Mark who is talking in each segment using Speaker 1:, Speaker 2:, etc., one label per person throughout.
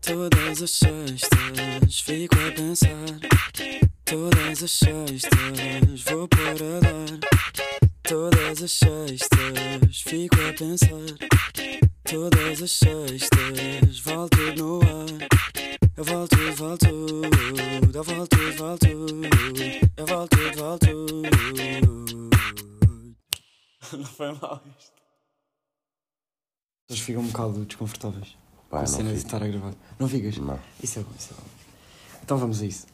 Speaker 1: Todas as sextas fico a pensar. Todas as sextas vou para dar. Todas as sextas fico a pensar. Todas as sextas vale tudo no ar. Eu vale tudo, vale tudo. Eu vale tudo, vale tudo. Eu vale tudo, vale tudo. Não foi mal isto. As pessoas ficam um bocado desconfortáveis. com
Speaker 2: Pá,
Speaker 1: a
Speaker 2: não
Speaker 1: cena de
Speaker 2: fico. Hum.
Speaker 1: estar a gravar. Não ficas?
Speaker 2: Não.
Speaker 1: Isso é bom, isso é bom. Então vamos a isso.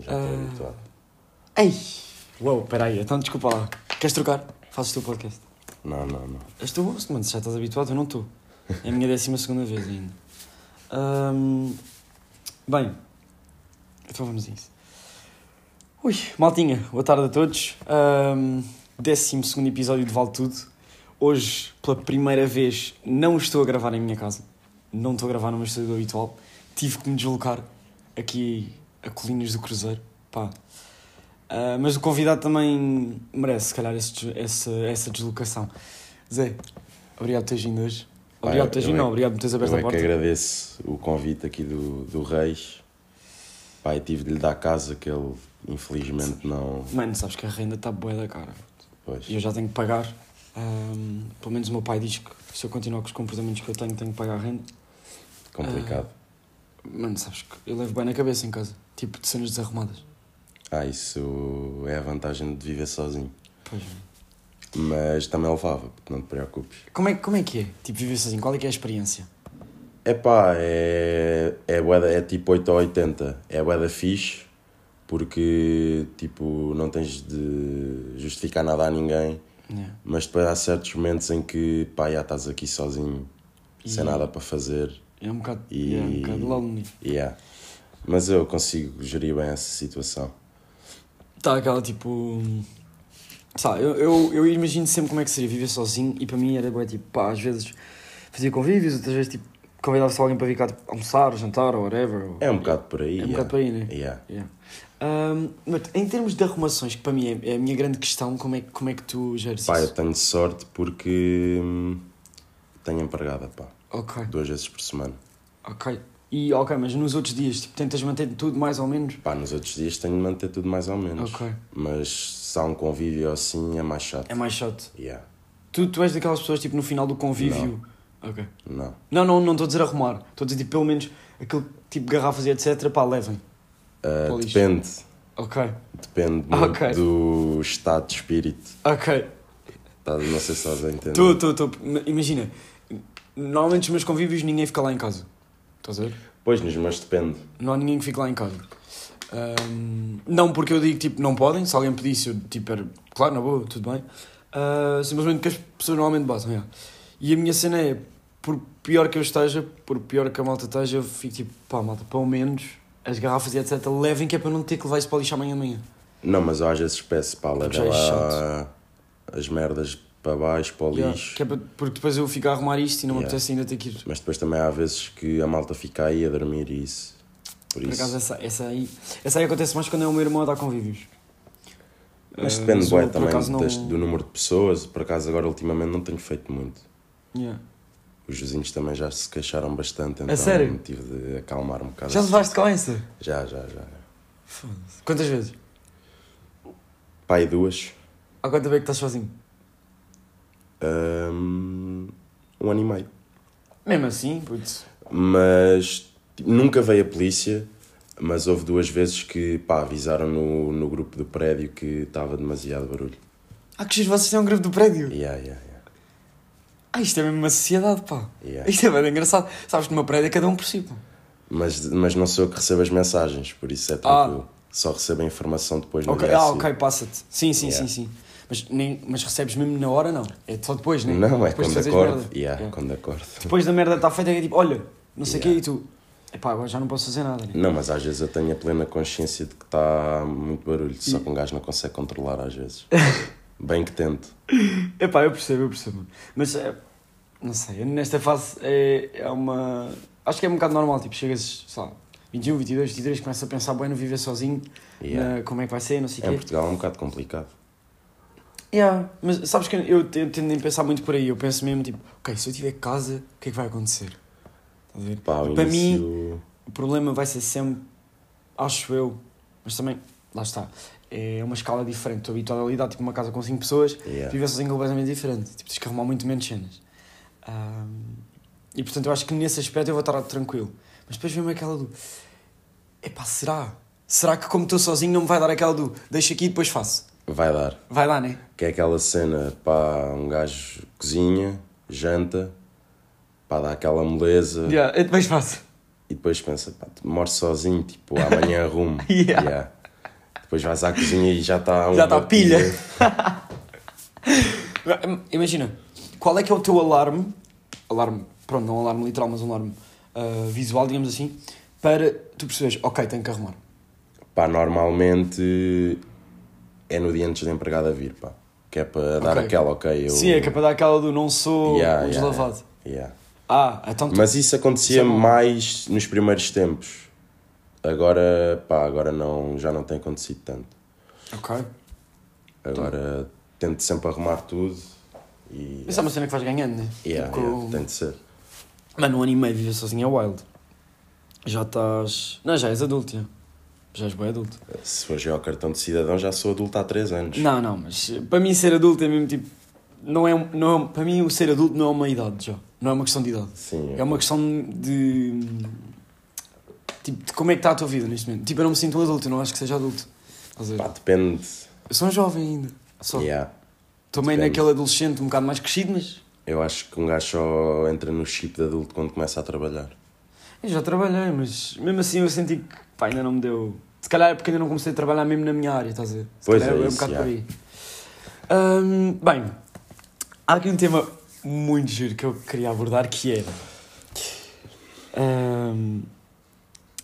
Speaker 2: Já
Speaker 1: Ah.
Speaker 2: estou habituado.
Speaker 1: Ei! Uou, peraí, então desculpa lá. Queres trocar? Fazes tu o podcast.
Speaker 2: Não, não, não.
Speaker 1: És tu, host, mano, já estás habituado? Eu não estou. É a minha décima segunda vez ainda. Ahm, bem, então vamos a isso. Ui, maltinha, boa tarde a todos. Ahm, décimo segundo episódio de Vale Tudo. Hoje, pela primeira vez, não estou a gravar em minha casa. Não estou a gravar no meu estúdio habitual. Tive que me deslocar aqui a Colinas do Cruzeiro. Pá. Ah, mas o convidado também merece, se calhar, esse des- essa, essa deslocação. Zé, obrigado por teres vindo hoje.
Speaker 2: Pá,
Speaker 1: Obrigado
Speaker 2: eu-
Speaker 1: por teres
Speaker 2: eu
Speaker 1: vindo,
Speaker 2: é
Speaker 1: não,
Speaker 2: que-
Speaker 1: obrigado por teres aberto
Speaker 2: Eu
Speaker 1: a
Speaker 2: é que
Speaker 1: porta.
Speaker 2: agradeço o convite aqui do, do Reis. Pai, tive de lhe dar casa que ele infelizmente não.
Speaker 1: Mano, sabes que a renda está boa da cara.
Speaker 2: Pois.
Speaker 1: E eu já tenho que pagar. Ahm, pelo menos o meu pai diz que se eu continuar com os comportamentos que eu tenho, tenho que pagar a renda.
Speaker 2: Complicado.
Speaker 1: Mano, sabes que eu levo bem na cabeça em casa. Tipo de cenas desarrumadas.
Speaker 2: Ah, isso é a vantagem de viver sozinho.
Speaker 1: Pois, mano.
Speaker 2: Mas também levava, porque não te preocupes.
Speaker 1: como é, como é que é? Tipo, viver sozinho. Qual é que é a experiência?
Speaker 2: Epá, é, é, bué- é tipo 8 ou 80. É bué da fixe, porque tipo, não tens de justificar nada a ninguém.
Speaker 1: Yeah.
Speaker 2: Mas depois há certos momentos em que pá, já estás aqui sozinho, sem nada para fazer.
Speaker 1: É um bocado,
Speaker 2: E-
Speaker 1: é um bocado lonely.
Speaker 2: Yeah. Mas eu consigo gerir bem essa situação.
Speaker 1: Tá, aquela tipo. Sabe, eu, eu, eu imagino sempre como é que seria viver sozinho e para mim era bué, tipo, pá, às vezes fazia convívios, outras vezes tipo, convidava-se alguém para vir cá tipo, almoçar, jantar ou whatever. ou-
Speaker 2: É um bocado por aí.
Speaker 1: É um
Speaker 2: yeah.
Speaker 1: bocado por aí, né?
Speaker 2: Yeah.
Speaker 1: Yeah. Ahm, mas em termos de arrumações, que para mim é, é a minha grande questão, como é, que- como é que tu geres
Speaker 2: Pá, eu
Speaker 1: isso?
Speaker 2: tenho sorte porque hum, tenho empregada, pá,
Speaker 1: Ok,
Speaker 2: duas vezes por semana.
Speaker 1: ok. E ok, mas nos outros dias, tipo, tentas manter tudo mais ou menos?
Speaker 2: Pá, nos outros dias tenho de manter tudo mais ou menos.
Speaker 1: Ok.
Speaker 2: Mas se há um convívio assim é mais chato.
Speaker 1: É mais chato.
Speaker 2: Yeah.
Speaker 1: Tu, tu és daquelas pessoas, tipo, no final do convívio... Ok.
Speaker 2: Não.
Speaker 1: Não, não, não estou a dizer arrumar. Estou a dizer, tipo, pelo menos, aquele tipo de garrafas e etc, pá, levem.
Speaker 2: Ah,
Speaker 1: Para o lixo.
Speaker 2: depende.
Speaker 1: Ok,
Speaker 2: Depende muito
Speaker 1: Ok.
Speaker 2: do estado de espírito.
Speaker 1: ok.
Speaker 2: Tá, não sei se estás a entender.
Speaker 1: Estou, estou, estou. Imagina, normalmente os meus convívios ninguém fica lá em casa. Estás a ver?
Speaker 2: Pois, nos meus depende.
Speaker 1: Não há ninguém que fique lá em casa. Ahm, não porque eu digo, tipo, não podem. Se alguém pedisse, eu, tipo, era, claro, na boa, tudo bem. Ah, simplesmente porque as pessoas normalmente batem, yeah. E a minha cena é, por pior que eu esteja, por pior que a malta esteja, eu fico tipo, pá, malta, pelo menos as garrafas e etc levem que é para eu não ter que levar isso para o lixo amanhã de manhã.
Speaker 2: Não, mas eu às vezes peço, pá, leva
Speaker 1: já é
Speaker 2: lá as merdas para baixo, para o
Speaker 1: Yeah,
Speaker 2: lixo.
Speaker 1: que é para- porque depois eu fico a arrumar isto e não me
Speaker 2: Yeah.
Speaker 1: apetece ainda ter que ir.
Speaker 2: Mas depois também há vezes que a malta fica aí a dormir e isso. Por
Speaker 1: Por
Speaker 2: isso.
Speaker 1: acaso, é essa, essa aí. Essa aí acontece mais quando é o meu irmão a dar convívios.
Speaker 2: Mas
Speaker 1: Ah,
Speaker 2: depende
Speaker 1: mas eu,
Speaker 2: bué,
Speaker 1: por
Speaker 2: também
Speaker 1: acaso, não-
Speaker 2: das- do número de pessoas. Por acaso agora ultimamente não tenho feito muito.
Speaker 1: Yeah.
Speaker 2: Os vizinhos também já se queixaram bastante, então
Speaker 1: É sério?
Speaker 2: tive de acalmar um bocado.
Speaker 1: Já
Speaker 2: assim.
Speaker 1: levaste doença?
Speaker 2: Já, já, já.
Speaker 1: Quantas vezes?
Speaker 2: Pai, duas.
Speaker 1: Há quanto tempo é que estás sozinho?
Speaker 2: hum, um ano e meio.
Speaker 1: Mesmo assim, putz.
Speaker 2: Mas tipo, nunca veio a polícia. Mas houve duas vezes que pá, avisaram no, no grupo do prédio que estava demasiado barulho.
Speaker 1: Ah, que giro, vocês têm um grupo do prédio.
Speaker 2: Yeah, yeah, yeah.
Speaker 1: Ah, isto é mesmo uma sociedade, pá.
Speaker 2: Yeah.
Speaker 1: Isto é bem engraçado. Sabes que no meu prédio é cada um por si, pá.
Speaker 2: Mas, mas não sou eu que recebo as mensagens, por isso é tranquilo. Só recebo a informação depois no
Speaker 1: Ah. Ok,
Speaker 2: dia a
Speaker 1: Ah,
Speaker 2: seguir.
Speaker 1: ok, passa-te. Sim, sim,
Speaker 2: é assim. Yeah.
Speaker 1: sim, sim. Mas, nem, mas recebes mesmo na hora, não? É só depois, né?
Speaker 2: Não, é
Speaker 1: depois de
Speaker 2: quando
Speaker 1: fazeres
Speaker 2: acordo.
Speaker 1: merda.
Speaker 2: Yeah,
Speaker 1: Yeah.
Speaker 2: quando acordo.
Speaker 1: Depois da merda está feita, é tipo, olha, não sei o
Speaker 2: Yeah.
Speaker 1: quê, e tu... Epá, agora já não posso fazer nada, né?
Speaker 2: Não, mas às vezes eu tenho a plena consciência de que está muito barulho, só que um gajo não consegue controlar às vezes. Bem que tento.
Speaker 1: Epá, eu percebo, eu percebo. Mas, é, não sei, nesta fase é, é uma... Acho que é um bocado normal, tipo, chegas, sei lá, 21, 22, 23, começa a pensar, bem no viver sozinho,
Speaker 2: Yeah.
Speaker 1: na- como é que vai ser, não sei o
Speaker 2: Em
Speaker 1: quê.
Speaker 2: Portugal é um bocado complicado.
Speaker 1: Yeah, mas sabes que eu, te- eu tendo a pensar muito por aí, eu penso mesmo, tipo, ok, se eu tiver casa, o que é que vai acontecer? Estás Estás a ver?
Speaker 2: Pá, o
Speaker 1: Para
Speaker 2: início...
Speaker 1: O problema vai ser sempre, acho eu, mas também, lá está, é uma escala diferente. Estou habituado a lidar tipo uma casa com 5 pessoas,
Speaker 2: Yeah.
Speaker 1: vivências em completamente diferente. Tipo, tens que arrumar muito menos cenas. Ahm, e portanto, eu acho que nesse aspecto eu vou estar tranquilo. Mas depois vem-me aquela do. Epá, será? Será que como estou sozinho não me vai dar aquela do deixa aqui e depois faço?
Speaker 2: Vai dar.
Speaker 1: Vai lá, né?
Speaker 2: Que é aquela cena, pá, um gajo cozinha, janta, pá, dá aquela moleza
Speaker 1: Yeah, eu depois faço.
Speaker 2: e depois pensa, pá, moro sozinho, tipo, amanhã arrumo.
Speaker 1: Yeah.
Speaker 2: Depois vais à cozinha e já está
Speaker 1: Já tá pilha. Imagina, qual é que é o teu alarme? Alarme, pronto, não um alarme literal, mas um alarme ah, visual, digamos assim, para tu perceberes, ok, tenho que arrumar.
Speaker 2: Pá, normalmente é no dia antes da empregada vir, pá. Que é para dar
Speaker 1: Ok.
Speaker 2: aquela, ok, eu...
Speaker 1: Sim, é capaz de dar aquela do não sou
Speaker 2: Yeah,
Speaker 1: um
Speaker 2: yeah,
Speaker 1: deslavado.
Speaker 2: yeah.
Speaker 1: Ah, então tu-
Speaker 2: Mas isso acontecia
Speaker 1: Isso é bom.
Speaker 2: mais nos primeiros tempos. Agora, pá, agora não, já não tem acontecido tanto.
Speaker 1: Ok.
Speaker 2: Agora
Speaker 1: Então.
Speaker 2: tento sempre arrumar tudo e.
Speaker 1: Isso é uma cena que vais ganhando, né?
Speaker 2: Yeah,
Speaker 1: Tipo,
Speaker 2: yeah, tem de ser.
Speaker 1: Mano, um ano e meio viver sozinho é wild. Já estás. Não, já és adulto, já. Já és bem adulto.
Speaker 2: Se for já ao cartão de cidadão, já sou adulto há 3 anos.
Speaker 1: Não, não, mas eh, para mim ser adulto é mesmo tipo. Não é, um- não é, um- para mim o ser adulto não é uma idade já. Não é uma questão de idade.
Speaker 2: Sim,
Speaker 1: É uma questão de. Tipo, de como é que está a tua vida neste momento. Tipo, eu não me sinto um adulto, eu não acho que seja adulto. Estás a ver?
Speaker 2: pá, depende.
Speaker 1: Eu sou um jovem ainda. Só.
Speaker 2: Yeah.
Speaker 1: Estou meio
Speaker 2: depende.
Speaker 1: naquele adolescente um bocado mais crescido, mas.
Speaker 2: Eu acho que um gajo só entra no chip de adulto quando começa a trabalhar.
Speaker 1: Eu já trabalhei, mas mesmo assim eu senti que pá, ainda não me deu. Se calhar é porque ainda não comecei a trabalhar mesmo na minha área, estás a ver? Se
Speaker 2: Pois
Speaker 1: calhar
Speaker 2: é,
Speaker 1: um
Speaker 2: isso,
Speaker 1: bocado
Speaker 2: já.
Speaker 1: por aí. Hum, bem, há aqui um tema muito giro que eu queria abordar que é. hum,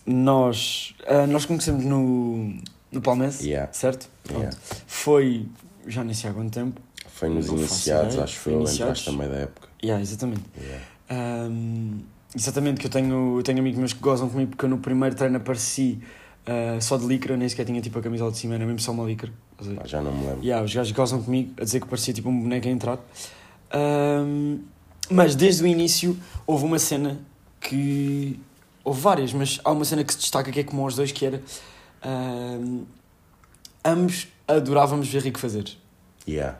Speaker 1: nós, ah, nós conhecemos no, no Palmeiras,
Speaker 2: Yeah.
Speaker 1: certo? Pronto.
Speaker 2: Yeah.
Speaker 1: Foi, já nem sei há quanto tempo.
Speaker 2: Foi nos
Speaker 1: Não faço
Speaker 2: iniciados,
Speaker 1: ideia.
Speaker 2: acho que
Speaker 1: Foi
Speaker 2: foi eu
Speaker 1: iniciados.
Speaker 2: entraste também da época.
Speaker 1: Yeah, exatamente.
Speaker 2: Yeah.
Speaker 1: Ahm, exatamente, que eu tenho, eu tenho amigos meus que gozam comigo porque eu no primeiro treino apareci ah, só de lycra, nem sequer tinha tipo a camisola de cima, era mesmo só uma lycra. Estás a ver?
Speaker 2: Pá, já não me lembro.
Speaker 1: Yeah, os gajos gozam comigo a dizer que parecia tipo um boneco a entrar. Ahm, mas desde o início houve uma cena que. Houve várias, mas há uma cena que se destaca que é como aos dois, que era. ahm, ambos adorávamos ver Rico fazer.
Speaker 2: Yeah.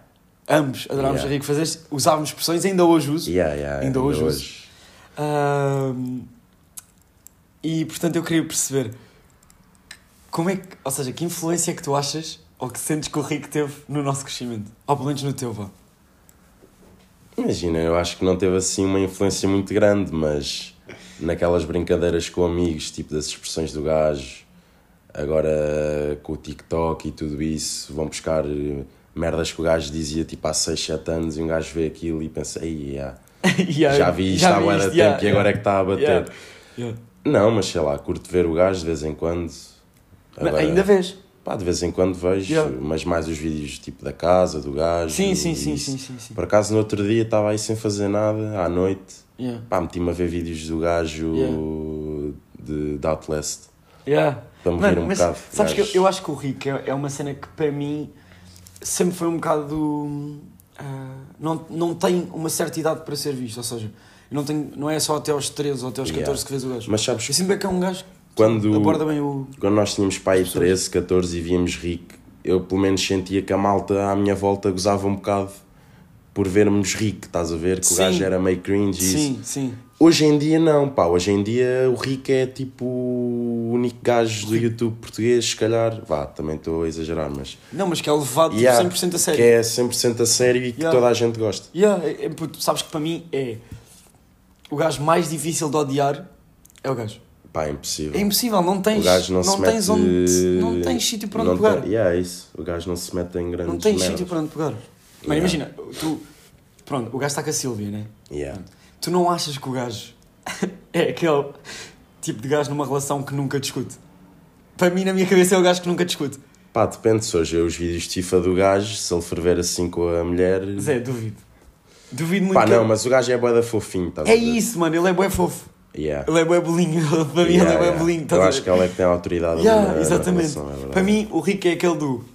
Speaker 1: Ambos adorávamos
Speaker 2: Yeah.
Speaker 1: ver Rico fazer, usávamos expressões, ainda hoje uso.
Speaker 2: Yeah, yeah,
Speaker 1: Ainda hoje uso. Ahm, e portanto eu queria perceber como é que, ou seja, que influência é que tu achas ou que sentes que o Rico teve no nosso crescimento? Ou pelo menos no teu, vá.
Speaker 2: Imagina, eu acho que não teve assim uma influência muito grande, mas naquelas brincadeiras com amigos, tipo das expressões do gajo, agora com o TikTok e tudo isso, vão buscar eh, merdas que o gajo dizia tipo há 6, 7 anos e um gajo vê aquilo e pensa, ei, yeah,
Speaker 1: Yeah,
Speaker 2: já vi isto há bué de tempo
Speaker 1: yeah,
Speaker 2: e agora é que está a bater.
Speaker 1: yeah, yeah.
Speaker 2: Não, mas sei lá, curto ver o gajo de vez em quando.
Speaker 1: Mas
Speaker 2: Agora,
Speaker 1: Ainda vês?
Speaker 2: pá, de vez em quando vejo,
Speaker 1: Yeah.
Speaker 2: mas mais os vídeos tipo da casa, do gajo.
Speaker 1: Sim, sim, sim,
Speaker 2: isso.
Speaker 1: sim, sim. sim.
Speaker 2: Por acaso no outro dia estava aí sem fazer nada, à noite.
Speaker 1: Yeah.
Speaker 2: Pá, meti-me a ver vídeos do gajo de, de Outlast.
Speaker 1: Yeah.
Speaker 2: Para me ver
Speaker 1: Mano,
Speaker 2: um
Speaker 1: mas
Speaker 2: bocado.
Speaker 1: sabes que eu,
Speaker 2: gajo.
Speaker 1: eu acho que o Rico é, é uma cena que para mim sempre foi um bocado. ah, não, não tem uma certa idade para ser visto, ou seja, não, tem, não é só até aos 13 ou até aos
Speaker 2: Yeah.
Speaker 1: 14 que vês o gajo.
Speaker 2: Mas sabes,
Speaker 1: Eu sinto bem que é um gajo que
Speaker 2: Quando-
Speaker 1: aborda bem o.
Speaker 2: quando nós tínhamos pai
Speaker 1: pessoas.
Speaker 2: 13, 14 e víamos Rick, eu pelo menos sentia que a malta à minha volta gozava um bocado por vermos Rick, estás a ver? Que
Speaker 1: Sim.
Speaker 2: o gajo era meio cringe e isso.
Speaker 1: Sim, sim.
Speaker 2: Hoje em dia não, pá. Hoje em dia o Rick é tipo o único gajo do YouTube português, se calhar. Vá, também estou a exagerar, mas...
Speaker 1: Não, mas que é levado tipo,
Speaker 2: Yeah,
Speaker 1: 100% a sério.
Speaker 2: Que é 100% a sério e que
Speaker 1: Yeah.
Speaker 2: toda a gente gosta.
Speaker 1: Yeah, é- é, puto, sabes que para mim é. O gajo mais difícil de odiar é o gajo.
Speaker 2: Pá, é impossível.
Speaker 1: É impossível, não tens.
Speaker 2: O gajo não, se
Speaker 1: tens
Speaker 2: mete...
Speaker 1: onde. Não tens sítio para onde
Speaker 2: não
Speaker 1: pegar.
Speaker 2: tem- Yeah, é isso. O gajo não se mete em grandes
Speaker 1: Não tens
Speaker 2: merdas.
Speaker 1: sítio para onde pegar. Mano,
Speaker 2: Yeah.
Speaker 1: imagina, tu. Pronto, o gajo está com a Silvia, né?
Speaker 2: Yeah.
Speaker 1: Tu não achas que o gajo é aquele tipo de gajo numa relação que nunca discute? Para mim, na minha cabeça, é o gajo que nunca discute.
Speaker 2: Pá, depende. Se hoje eu os vídeos de tifa do gajo, se ele ferver assim com a mulher...
Speaker 1: Zé, duvido. Duvido é muito.
Speaker 2: Pá,
Speaker 1: que
Speaker 2: não,
Speaker 1: ele-
Speaker 2: mas o gajo é boeda fofinho, estás
Speaker 1: É
Speaker 2: a ver?
Speaker 1: isso, mano, ele é bué fofo.
Speaker 2: Yeah.
Speaker 1: Ele é bué bolinho. Para mim, ele
Speaker 2: Yeah,
Speaker 1: é bué
Speaker 2: yeah.
Speaker 1: bolinho. estás
Speaker 2: Eu
Speaker 1: a
Speaker 2: acho
Speaker 1: ver?
Speaker 2: que ela é que tem a autoridade ali
Speaker 1: Yeah,
Speaker 2: na- na
Speaker 1: exatamente.
Speaker 2: relação, é verdade.
Speaker 1: Para mim, o Rico é aquele do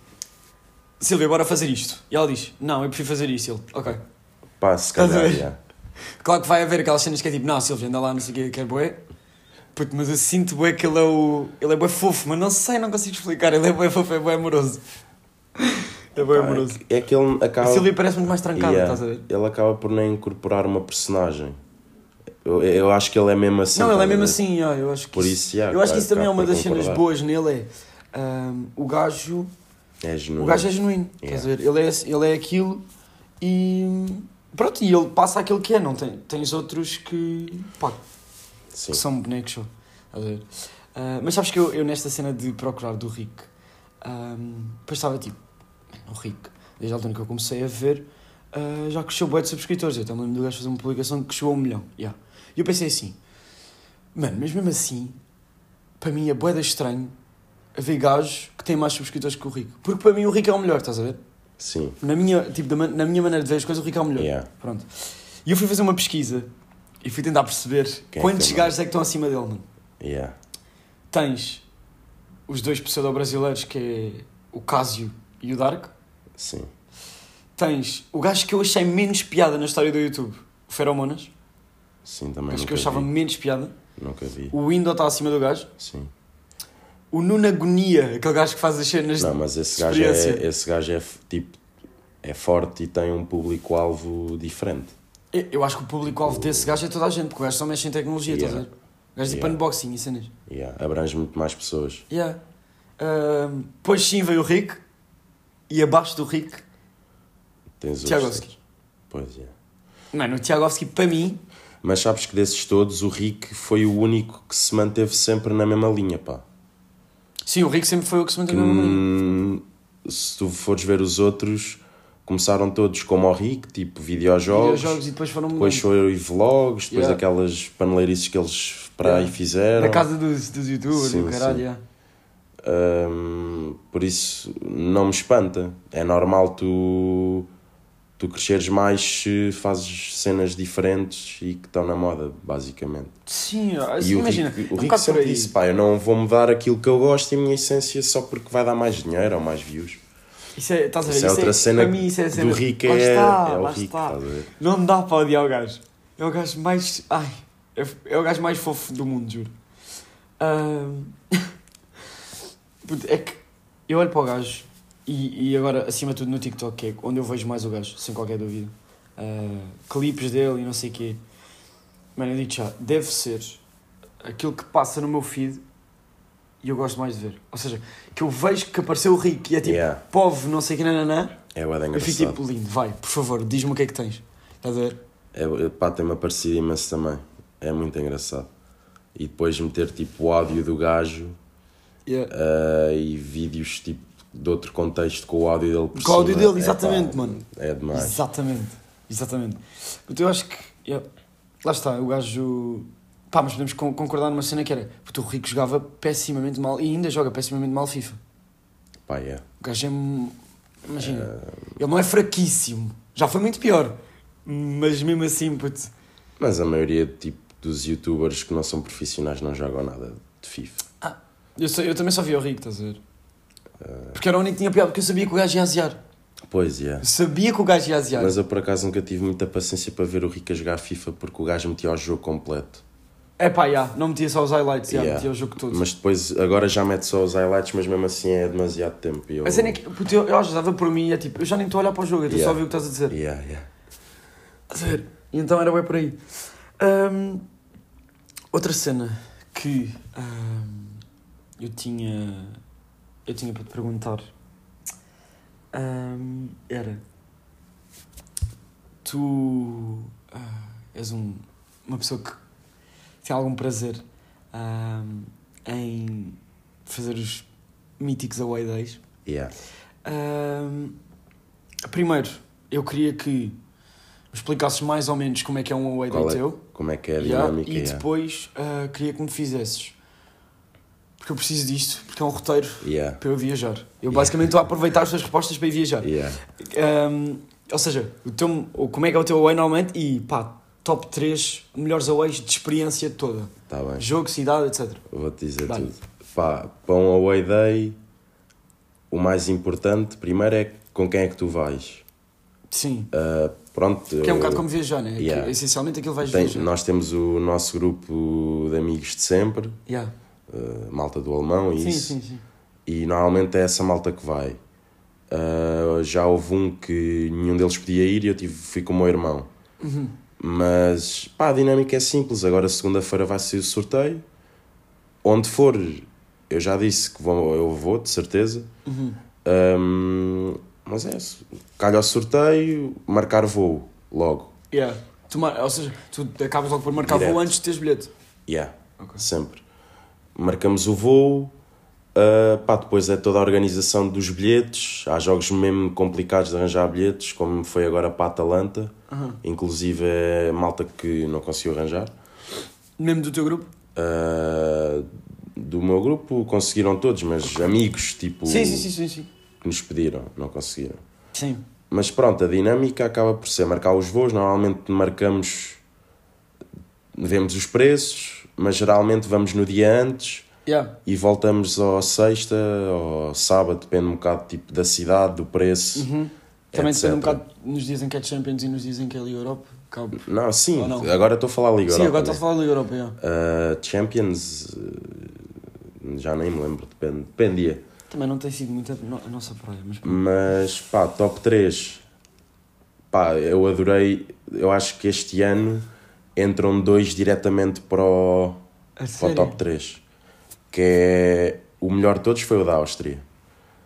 Speaker 1: Silvia, bora fazer isto. E ela diz: Não, eu prefiro fazer isto. Ele, ok.
Speaker 2: Pá, se
Speaker 1: Estás a
Speaker 2: calhar,
Speaker 1: ver?
Speaker 2: yeah.
Speaker 1: Claro que vai haver aquelas cenas que é tipo, não, Silvio, anda lá, não sei o que, que é bué. Puto, mas eu sinto bué que ele é o. Ele é bué fofo, mas não sei, não consigo explicar. Ele é bué fofo, é bué amoroso. É bué
Speaker 2: Pá,
Speaker 1: amoroso.
Speaker 2: é que- É que ele
Speaker 1: O
Speaker 2: acaba.
Speaker 1: Silvio parece muito mais trancado,
Speaker 2: Yeah,
Speaker 1: estás a ver?
Speaker 2: Ele acaba por nem incorporar uma personagem. Eu, eu acho que ele é mesmo assim.
Speaker 1: não, ele é
Speaker 2: estás a
Speaker 1: mesmo
Speaker 2: ver?
Speaker 1: assim, ó, eu acho que
Speaker 2: Por
Speaker 1: isso,
Speaker 2: isso, yeah,
Speaker 1: eu acho que
Speaker 2: claro,
Speaker 1: isso também é
Speaker 2: acaba
Speaker 1: uma
Speaker 2: por
Speaker 1: das cenas
Speaker 2: concordar.
Speaker 1: boas nele, é hum, o gajo,
Speaker 2: É genuíno.
Speaker 1: o gajo é genuíno, estás a ver? Ele é, esse- ele é aquilo e pronto, e ele passa aquilo que é, não tem, tens outros que, pá,
Speaker 2: Sim.
Speaker 1: que são bonecos, só, estás a ver? Ah, mas sabes que eu, eu nesta cena de procurar do Rick, hum, depois estava tipo, "Man, o Rick, desde a altura em que eu comecei a ver, ah, já cresceu bué de subscritores, eu também lembro do gajo fazer uma publicação que chegou a um milhão, yeah. E eu pensei assim, mano, mas mesmo assim, para mim é bué de estranho haver gajos que têm mais subscritores que o Rico. Porque para mim o Rico é o melhor, estás a ver?
Speaker 2: Sim.
Speaker 1: Na minha, tipo, da man- na minha maneira de ver as coisas, o Rico é o melhor.
Speaker 2: Yeah.
Speaker 1: Pronto. E eu fui fazer uma pesquisa e fui tentar perceber
Speaker 2: Quem é
Speaker 1: quantos
Speaker 2: que é o
Speaker 1: gajos é que estão acima dele, mano.
Speaker 2: Yeah.
Speaker 1: Tens os dois pseudo-brasileiros, que é o Cásio e o Dark.
Speaker 2: Sim.
Speaker 1: Tens o gajo que eu achei menos piada na história do YouTube, o Feromonas.
Speaker 2: Sim, também.
Speaker 1: Acho
Speaker 2: nunca
Speaker 1: que eu achava
Speaker 2: vi.
Speaker 1: menos piada.
Speaker 2: Nunca vi.
Speaker 1: O Window está acima do gajo.
Speaker 2: Sim.
Speaker 1: O Nuno Agonia, aquele gajo que faz as cenas
Speaker 2: Não, mas esse gajo, é,
Speaker 1: experiência.
Speaker 2: esse gajo é f- tipo. É forte e tem um público-alvo diferente.
Speaker 1: Eu eu acho que o público-alvo desse gajo é toda a gente, porque o gajo só mexe em tecnologia, estás a
Speaker 2: Yeah.
Speaker 1: ver? O gajo tipo
Speaker 2: Yeah.
Speaker 1: unboxing e cenas.
Speaker 2: Yeah. Abrange muito mais pessoas.
Speaker 1: Yeah. Ahm, pois sim, veio o Rick, e abaixo do Rick,
Speaker 2: Tens os-
Speaker 1: Tiagovski.
Speaker 2: Pois é.
Speaker 1: Mano, o Tiagovski, para mim,
Speaker 2: Mas sabes que desses todos, o Rick foi o único que se manteve sempre na mesma linha, pá.
Speaker 1: sim, o Rick sempre foi o que se manteve na linha.
Speaker 2: Hum, se tu fores ver os outros, começaram todos como o Rick, tipo videojogos,
Speaker 1: Videojogos e depois foram
Speaker 2: depois foram os vlogs, depois
Speaker 1: Yeah.
Speaker 2: aquelas paneleirices que eles para
Speaker 1: Yeah.
Speaker 2: aí fizeram.
Speaker 1: na casa dos, dos youtubers,
Speaker 2: Sim,
Speaker 1: do caralho,
Speaker 2: sim.
Speaker 1: yeah.
Speaker 2: Hum, por isso, não me espanta. É normal tu, tu cresceres mais se fazes cenas diferentes e que estão na moda, basicamente.
Speaker 1: Sim,
Speaker 2: E o
Speaker 1: imagina,
Speaker 2: Rick,
Speaker 1: é
Speaker 2: o
Speaker 1: um
Speaker 2: Rick
Speaker 1: bocado por
Speaker 2: sempre
Speaker 1: aí.
Speaker 2: disse: pá, eu não vou mudar aquilo que eu gosto e a minha essência só porque vai dar mais dinheiro ou mais views.
Speaker 1: Isso é, estás a ver?
Speaker 2: Isso é outra cena
Speaker 1: para mim, isso é a cena.
Speaker 2: do Rick,
Speaker 1: Lá
Speaker 2: é,
Speaker 1: está,
Speaker 2: é o
Speaker 1: lá
Speaker 2: Rick,
Speaker 1: está.
Speaker 2: estás a ver?
Speaker 1: Não dá para odiar o gajo. É o gajo mais. Ai. É, é o gajo mais fofo do mundo, juro. Ahm, puto, É que eu olho para o gajo e, e agora, acima de tudo, no TikTok, que é onde eu vejo mais o gajo, sem qualquer dúvida. Ah, clipes dele e não sei o quê. Mano, eu digo já, deve ser aquilo que passa no meu feed e eu gosto mais de ver. Ou seja, que eu vejo que apareceu o Rick e é tipo,
Speaker 2: Yeah,
Speaker 1: povo, não sei o que, nananã.
Speaker 2: é o
Speaker 1: Eu fico
Speaker 2: engraçado.
Speaker 1: tipo, lindo, vai, por favor, diz-me o que é que tens. Estás a ver?
Speaker 2: É, é, pá, tem-me aparecido imenso também. É muito engraçado. E depois meter tipo o áudio do gajo
Speaker 1: Yeah.
Speaker 2: ah, e vídeos tipo de outro contexto com o áudio dele por
Speaker 1: Com o áudio
Speaker 2: cima.
Speaker 1: dele,
Speaker 2: É,
Speaker 1: exatamente, mano.
Speaker 2: É demais.
Speaker 1: Exatamente, exatamente. Portanto, eu acho que. yeah. Lá está, o gajo. Pá, mas podemos con- concordar numa cena que era. Porque o Rico jogava pessimamente mal e ainda joga pessimamente mal FIFA.
Speaker 2: Pá, é.
Speaker 1: O gajo é. um- Imagina. Ele não é fraquíssimo. Já foi muito pior. Mas mesmo assim, puto.
Speaker 2: Mas a maioria tipo, dos youtubers que não são profissionais não jogam nada de FIFA.
Speaker 1: Eu, só- eu também só via o Rico, estás a ver?
Speaker 2: É.
Speaker 1: Porque era o único que tinha piada, porque eu sabia que o gajo ia aziar.
Speaker 2: Pois é.
Speaker 1: Eu sabia que o gajo ia aziar.
Speaker 2: Mas eu por acaso nunca tive muita paciência para ver o Rica jogar FIFA porque o gajo metia o jogo completo.
Speaker 1: É pá, yeah, não metia só os highlights, yeah,
Speaker 2: Yeah.
Speaker 1: metia o jogo todo.
Speaker 2: Mas depois, agora já mete só os highlights, mas mesmo assim é demasiado tempo. e Eu...
Speaker 1: A cena é que puto, eu, eu já dava por mim, é tipo, eu já nem estou a olhar para o jogo, eu estou só a
Speaker 2: Yeah.
Speaker 1: ver o que estás a dizer.
Speaker 2: Yeah, yeah.
Speaker 1: Estás a ver? E então era bem por aí. Ahm, outra cena que ahm, eu tinha. Eu tinha para te perguntar ahm, era. Tu ah, és um- uma pessoa que tem algum prazer ahm, em fazer os míticos away days.
Speaker 2: Yeah.
Speaker 1: Ahm, primeiro, eu queria que me explicasses mais ou menos como é que é um away day
Speaker 2: Qual é?
Speaker 1: teu.
Speaker 2: Como é que é a
Speaker 1: Yeah,
Speaker 2: dinâmica?
Speaker 1: e
Speaker 2: yeah.
Speaker 1: depois ah, queria que me fizesses. Porque eu preciso disto, porque é um roteiro
Speaker 2: Yeah.
Speaker 1: para eu viajar. Eu
Speaker 2: Yeah.
Speaker 1: basicamente estou a aproveitar as tuas respostas para ir viajar.
Speaker 2: Yeah.
Speaker 1: Ahm, ou seja, o teu, ou como é que é o teu away normalmente e pá, top 3 melhores aways de experiência toda.
Speaker 2: Tá bem.
Speaker 1: Jogo, cidade, etc.
Speaker 2: Vou-te dizer
Speaker 1: Dá-lhe.
Speaker 2: tudo. Pá, para um away day, o mais importante primeiro é com quem é que tu vais.
Speaker 1: Sim.
Speaker 2: Ah, pronto.
Speaker 1: Que é um
Speaker 2: eu-
Speaker 1: bocado como né? viajar, né?
Speaker 2: Yeah.
Speaker 1: Que, essencialmente aquilo vais
Speaker 2: tem-
Speaker 1: viajar.
Speaker 2: nós temos o nosso grupo de amigos de sempre,
Speaker 1: Yeah.
Speaker 2: ah, malta do alemão e
Speaker 1: Sim,
Speaker 2: isso.
Speaker 1: sim, sim.
Speaker 2: E normalmente é essa malta que vai. Ah, já houve um que nenhum deles podia ir e eu tive, fui com o meu irmão.
Speaker 1: Uhum.
Speaker 2: Mas pá, a dinâmica é simples. Agora, segunda-feira, vai ser o sorteio. Onde for, eu já disse que vou, eu vou, de certeza.
Speaker 1: Uhum.
Speaker 2: Ahm, mas é isso. Calho ao sorteio, marcar voo logo.
Speaker 1: Yeah. Tu mar- Ou seja, tu acabas logo por marcar
Speaker 2: Direto.
Speaker 1: voo antes de teres bilhete.
Speaker 2: Yeah,
Speaker 1: Ok.
Speaker 2: sempre. Marcamos o voo. ah, pá, depois é toda a organização dos bilhetes. Há jogos mesmo complicados de arranjar bilhetes, como foi agora para a Atalanta.
Speaker 1: Aham.
Speaker 2: Inclusive, é malta que não conseguiu arranjar.
Speaker 1: Mesmo do teu grupo?
Speaker 2: Uh, do meu grupo conseguiram todos, mas amigos tipo
Speaker 1: Sim, sim, sim, sim, sim.
Speaker 2: que nos pediram, não conseguiram.
Speaker 1: Sim.
Speaker 2: Mas pronto, a dinâmica acaba por ser marcar os voos, normalmente marcamos, vemos os preços, mas geralmente vamos no dia antes
Speaker 1: Yeah.
Speaker 2: e voltamos ao sexta ou sábado, depende um bocado tipo da cidade, do preço.
Speaker 1: Uhum. Também
Speaker 2: etc.
Speaker 1: depende um bocado nos dias em que é Champions e nos dias em que é Liga Europa. Acabo.
Speaker 2: Não, sim,
Speaker 1: Ou não?
Speaker 2: agora estou a falar a Liga
Speaker 1: Sim,
Speaker 2: Europa,
Speaker 1: agora estás a
Speaker 2: né?
Speaker 1: falar da Liga Europa, yeah.
Speaker 2: Uh, Champions, uh, já nem me lembro, depende, dependia.
Speaker 1: Também não tem sido muito a, no- a nossa praia, mas pronto.
Speaker 2: Mas pá, top 3. Pá, eu adorei. Eu acho que este ano entram dois diretamente para o,
Speaker 1: A
Speaker 2: para o
Speaker 1: sério?
Speaker 2: top 3. Que é. O melhor de todos foi o da Áustria.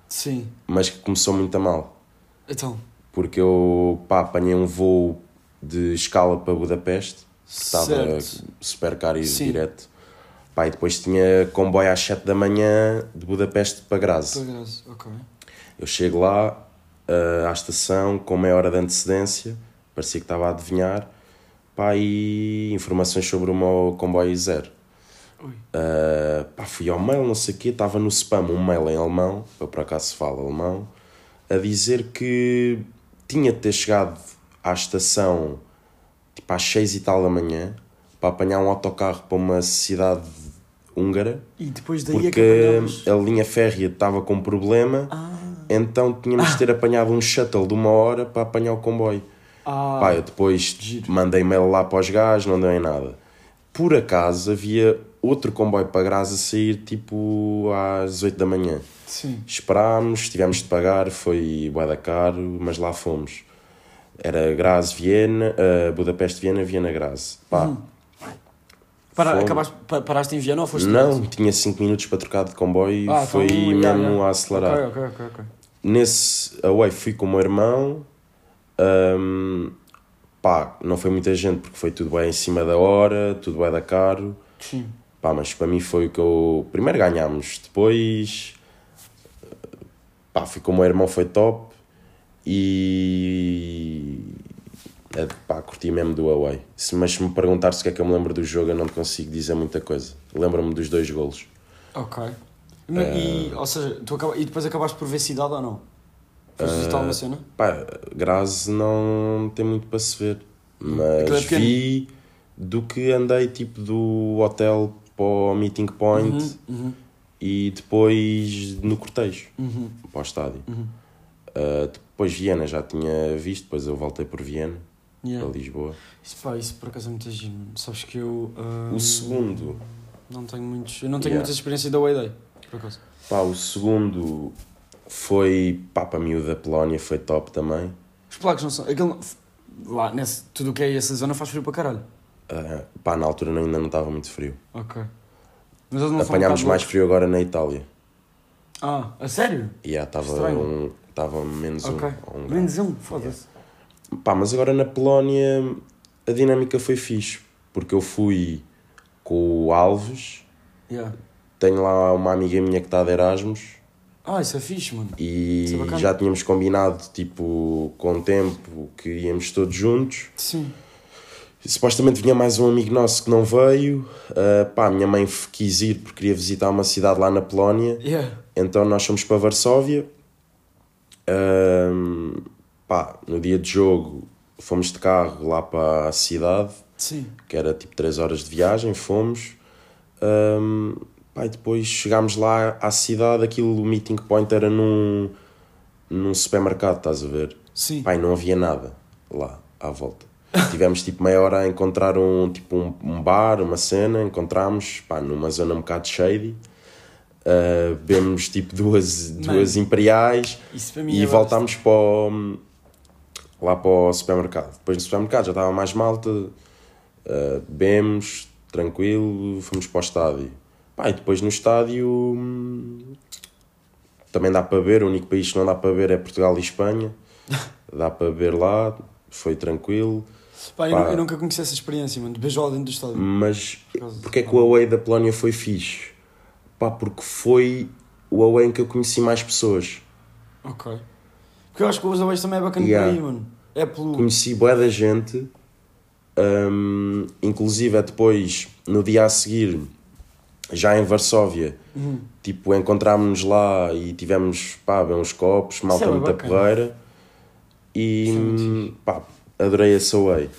Speaker 1: Sim.
Speaker 2: Mas que começou muito a mal.
Speaker 1: Então,
Speaker 2: Porque eu pá, apanhei um voo de escala para Budapeste. Que estava
Speaker 1: Certo.
Speaker 2: super caro e
Speaker 1: Sim.
Speaker 2: direto. Pá, e depois tinha comboio às 7 da manhã de Budapeste para Graz.
Speaker 1: tua graça. Ok.
Speaker 2: Eu chego lá ah, à estação com meia hora de antecedência, parecia que estava a adivinhar, pá, e informações sobre o meu comboio zero.
Speaker 1: Ui.
Speaker 2: Ah, pá, fui ao mail, não sei o quê, estava no spam um mail em alemão, eu por acaso falo alemão, a dizer que tinha de ter chegado à estação tipo às 6 e tal da manhã para apanhar um autocarro para uma cidade húngara
Speaker 1: E depois daí
Speaker 2: porque
Speaker 1: acabamos.
Speaker 2: a linha férrea estava com problema,
Speaker 1: Ah.
Speaker 2: então tínhamos de ter apanhado um shuttle de uma hora para apanhar o comboio.
Speaker 1: Ah,
Speaker 2: Pá, eu depois mandei mail lá para os gajos, não deu em nada. Por acaso havia outro comboio para Graça a sair tipo às 8 da manhã.
Speaker 1: sim.
Speaker 2: Esperámos, tivemos de pagar, foi bué da caro, mas lá fomos. Era Graz, Viena, eh, Budapeste, Viena, Viena, Graz. Pá,
Speaker 1: Hum, Para,
Speaker 2: Fome.
Speaker 1: acabaste, pa- paraste em Viena ou foste
Speaker 2: não, tinha 5 minutos para trocar de comboio e
Speaker 1: Ah, então,
Speaker 2: foi
Speaker 1: yeah,
Speaker 2: mesmo
Speaker 1: yeah.
Speaker 2: a
Speaker 1: Ok,
Speaker 2: acelerar.
Speaker 1: ok, ok. ok.
Speaker 2: Nesse away fui com o meu irmão. Ahm, pá, não foi muita gente porque foi tudo bem em cima da hora, tudo bem da caro.
Speaker 1: Sim.
Speaker 2: Pá, mas para mim foi o que eu. Primeiro ganhámos, depois. Pá, fui com o meu irmão, foi top. E. É, pá, curti mesmo do away. Se, mas se me perguntares o que é que eu me lembro do jogo, eu não te consigo dizer muita coisa. Lembro-me dos dois golos.
Speaker 1: Ok.
Speaker 2: Eh,
Speaker 1: E, ou seja, tu acaba- e depois acabaste por ver cidade ou não? Foste
Speaker 2: Eh,
Speaker 1: visitar uma cena?
Speaker 2: Pá, Graze não tem muito para se ver.
Speaker 1: Aquilo é
Speaker 2: Mas
Speaker 1: pequeno.
Speaker 2: vi do que andei tipo do hotel para o meeting point
Speaker 1: Uhum.
Speaker 2: e depois no cortejo
Speaker 1: Uhum.
Speaker 2: para o estádio.
Speaker 1: Uhum.
Speaker 2: Ah, depois Viena já tinha visto, depois eu voltei por Viena,
Speaker 1: Yeah.
Speaker 2: para Lisboa.
Speaker 1: Isso, pá, isso por acaso é muito giro. mano. Sabes que eu. ah,
Speaker 2: O segundo,
Speaker 1: Não tenho muitos. Eu não tenho
Speaker 2: Yeah.
Speaker 1: muita experiência da Way Day, por acaso.
Speaker 2: pá, o segundo foi pá, para mim o da Polónia, foi top também.
Speaker 1: Os polacos não são. Aquele, não- lá, nesse, tudo o que é essa zona faz frio para caralho.
Speaker 2: Ah, pá, na altura ainda não estava muito frio.
Speaker 1: Ok. Mas eles não são um
Speaker 2: Apanhámos
Speaker 1: bocado
Speaker 2: mais frio agora na Itália.
Speaker 1: Ah, a sério?
Speaker 2: E yeah, estava
Speaker 1: Estranho.
Speaker 2: um, tava menos
Speaker 1: Ok.
Speaker 2: um. ou um grau.
Speaker 1: Menos um, foda-se.
Speaker 2: Pá, mas agora na Polónia a dinâmica foi fixe, porque eu fui com o Alves,
Speaker 1: Yeah.
Speaker 2: tenho lá uma amiga minha que está de Erasmus
Speaker 1: Ah, isso é fixe, mano.
Speaker 2: e
Speaker 1: Isso é bacana.
Speaker 2: já tínhamos combinado, tipo, com o tempo que íamos todos juntos.
Speaker 1: Sim.
Speaker 2: E, supostamente vinha mais um amigo nosso que não veio. Ah, pá, a minha mãe f- quis ir porque queria visitar uma cidade lá na Polónia.
Speaker 1: Yeah.
Speaker 2: Então nós fomos para Varsóvia. Ahm, pá, no dia de jogo fomos de carro lá para a cidade,
Speaker 1: Sim.
Speaker 2: que era tipo 3 horas de viagem, fomos. Ahm, pá, e depois chegámos lá à cidade, aquilo, o meeting point era num, num supermercado, estás a ver?
Speaker 1: Sim.
Speaker 2: Pai, não havia nada lá à volta. Tivemos tipo meia hora a encontrar um, tipo, um, um bar, uma cena, encontramos pá, numa zona um bocado shady. Uh, bebemos tipo duas, duas imperiais
Speaker 1: Isso para mim
Speaker 2: e
Speaker 1: é
Speaker 2: voltámos para o- lá para o supermercado. Depois no supermercado já estava mais malta, uh, bebemos, tranquilo, fomos para o estádio. Pá, e depois no estádio hum, também dá para ver, o único país que não dá para ver é Portugal e Espanha. Dá para ver lá, foi tranquilo.
Speaker 1: Pá, eu, nu-
Speaker 2: Pá. Hum.
Speaker 1: eu nunca conheci essa experiência, mano. de Beijola dentro do estádio.
Speaker 2: Mas
Speaker 1: causa
Speaker 2: porque é que o away da Polónia foi fixe? Pá, porque foi o away em que eu conheci mais pessoas.
Speaker 1: Ok. Porque eu acho que o Azuis também é bacana
Speaker 2: Yeah.
Speaker 1: por aí, mano. É pelo.
Speaker 2: Conheci boa da gente, hum, inclusive é depois, no dia a seguir, já em Varsóvia,
Speaker 1: Uhum.
Speaker 2: tipo, encontrámos-nos lá e tivemos, pá, bem uns copos, malta
Speaker 1: é bué
Speaker 2: muita
Speaker 1: bacana. é
Speaker 2: porreira. E, hum, pá, adorei esse away.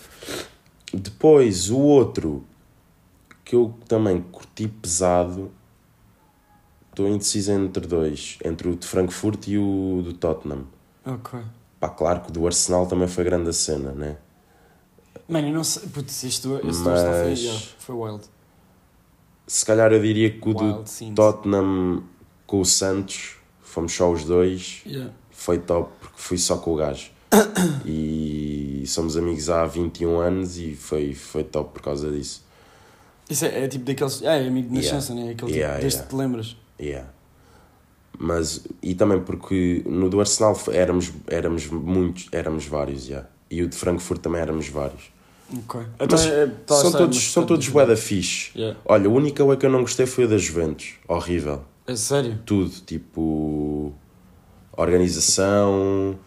Speaker 2: Depois, o outro que eu também curti pesado, estou indeciso entre dois, entre o de Frankfurt e o do Tottenham.
Speaker 1: Ok.
Speaker 2: Pá, claro que o do Arsenal também foi grande a cena, né?
Speaker 1: Mano, eu não sei. Putz, este do este do
Speaker 2: Mas-
Speaker 1: Arsenal foi, yeah, foi wild.
Speaker 2: Se calhar eu diria que o do
Speaker 1: Wild scenes.
Speaker 2: Tottenham com o Santos, fomos só os dois,
Speaker 1: Yeah.
Speaker 2: foi top porque fui só com o gajo. E somos amigos há 21 anos e foi, foi top por causa disso.
Speaker 1: Isso é, é tipo daqueles. Ah, é amigo de
Speaker 2: Yeah.
Speaker 1: nascença, né? Aquele
Speaker 2: Yeah,
Speaker 1: tipo, desde
Speaker 2: yeah.
Speaker 1: que te lembras.
Speaker 2: Yeah. Mas, e também porque no do Arsenal f- éramos, éramos muitos, éramos vários, yeah. E o de Frankfurt também éramos vários.
Speaker 1: Ok.
Speaker 2: Mas
Speaker 1: é- tá a
Speaker 2: Então, são
Speaker 1: ser,
Speaker 2: todos,
Speaker 1: mas
Speaker 2: são
Speaker 1: tá
Speaker 2: todos bué
Speaker 1: diferente.
Speaker 2: da fixe.
Speaker 1: Yeah.
Speaker 2: Olha, o único away que eu não gostei foi o da Juventus. Horrível.
Speaker 1: É sério?
Speaker 2: tudo, tipo organização,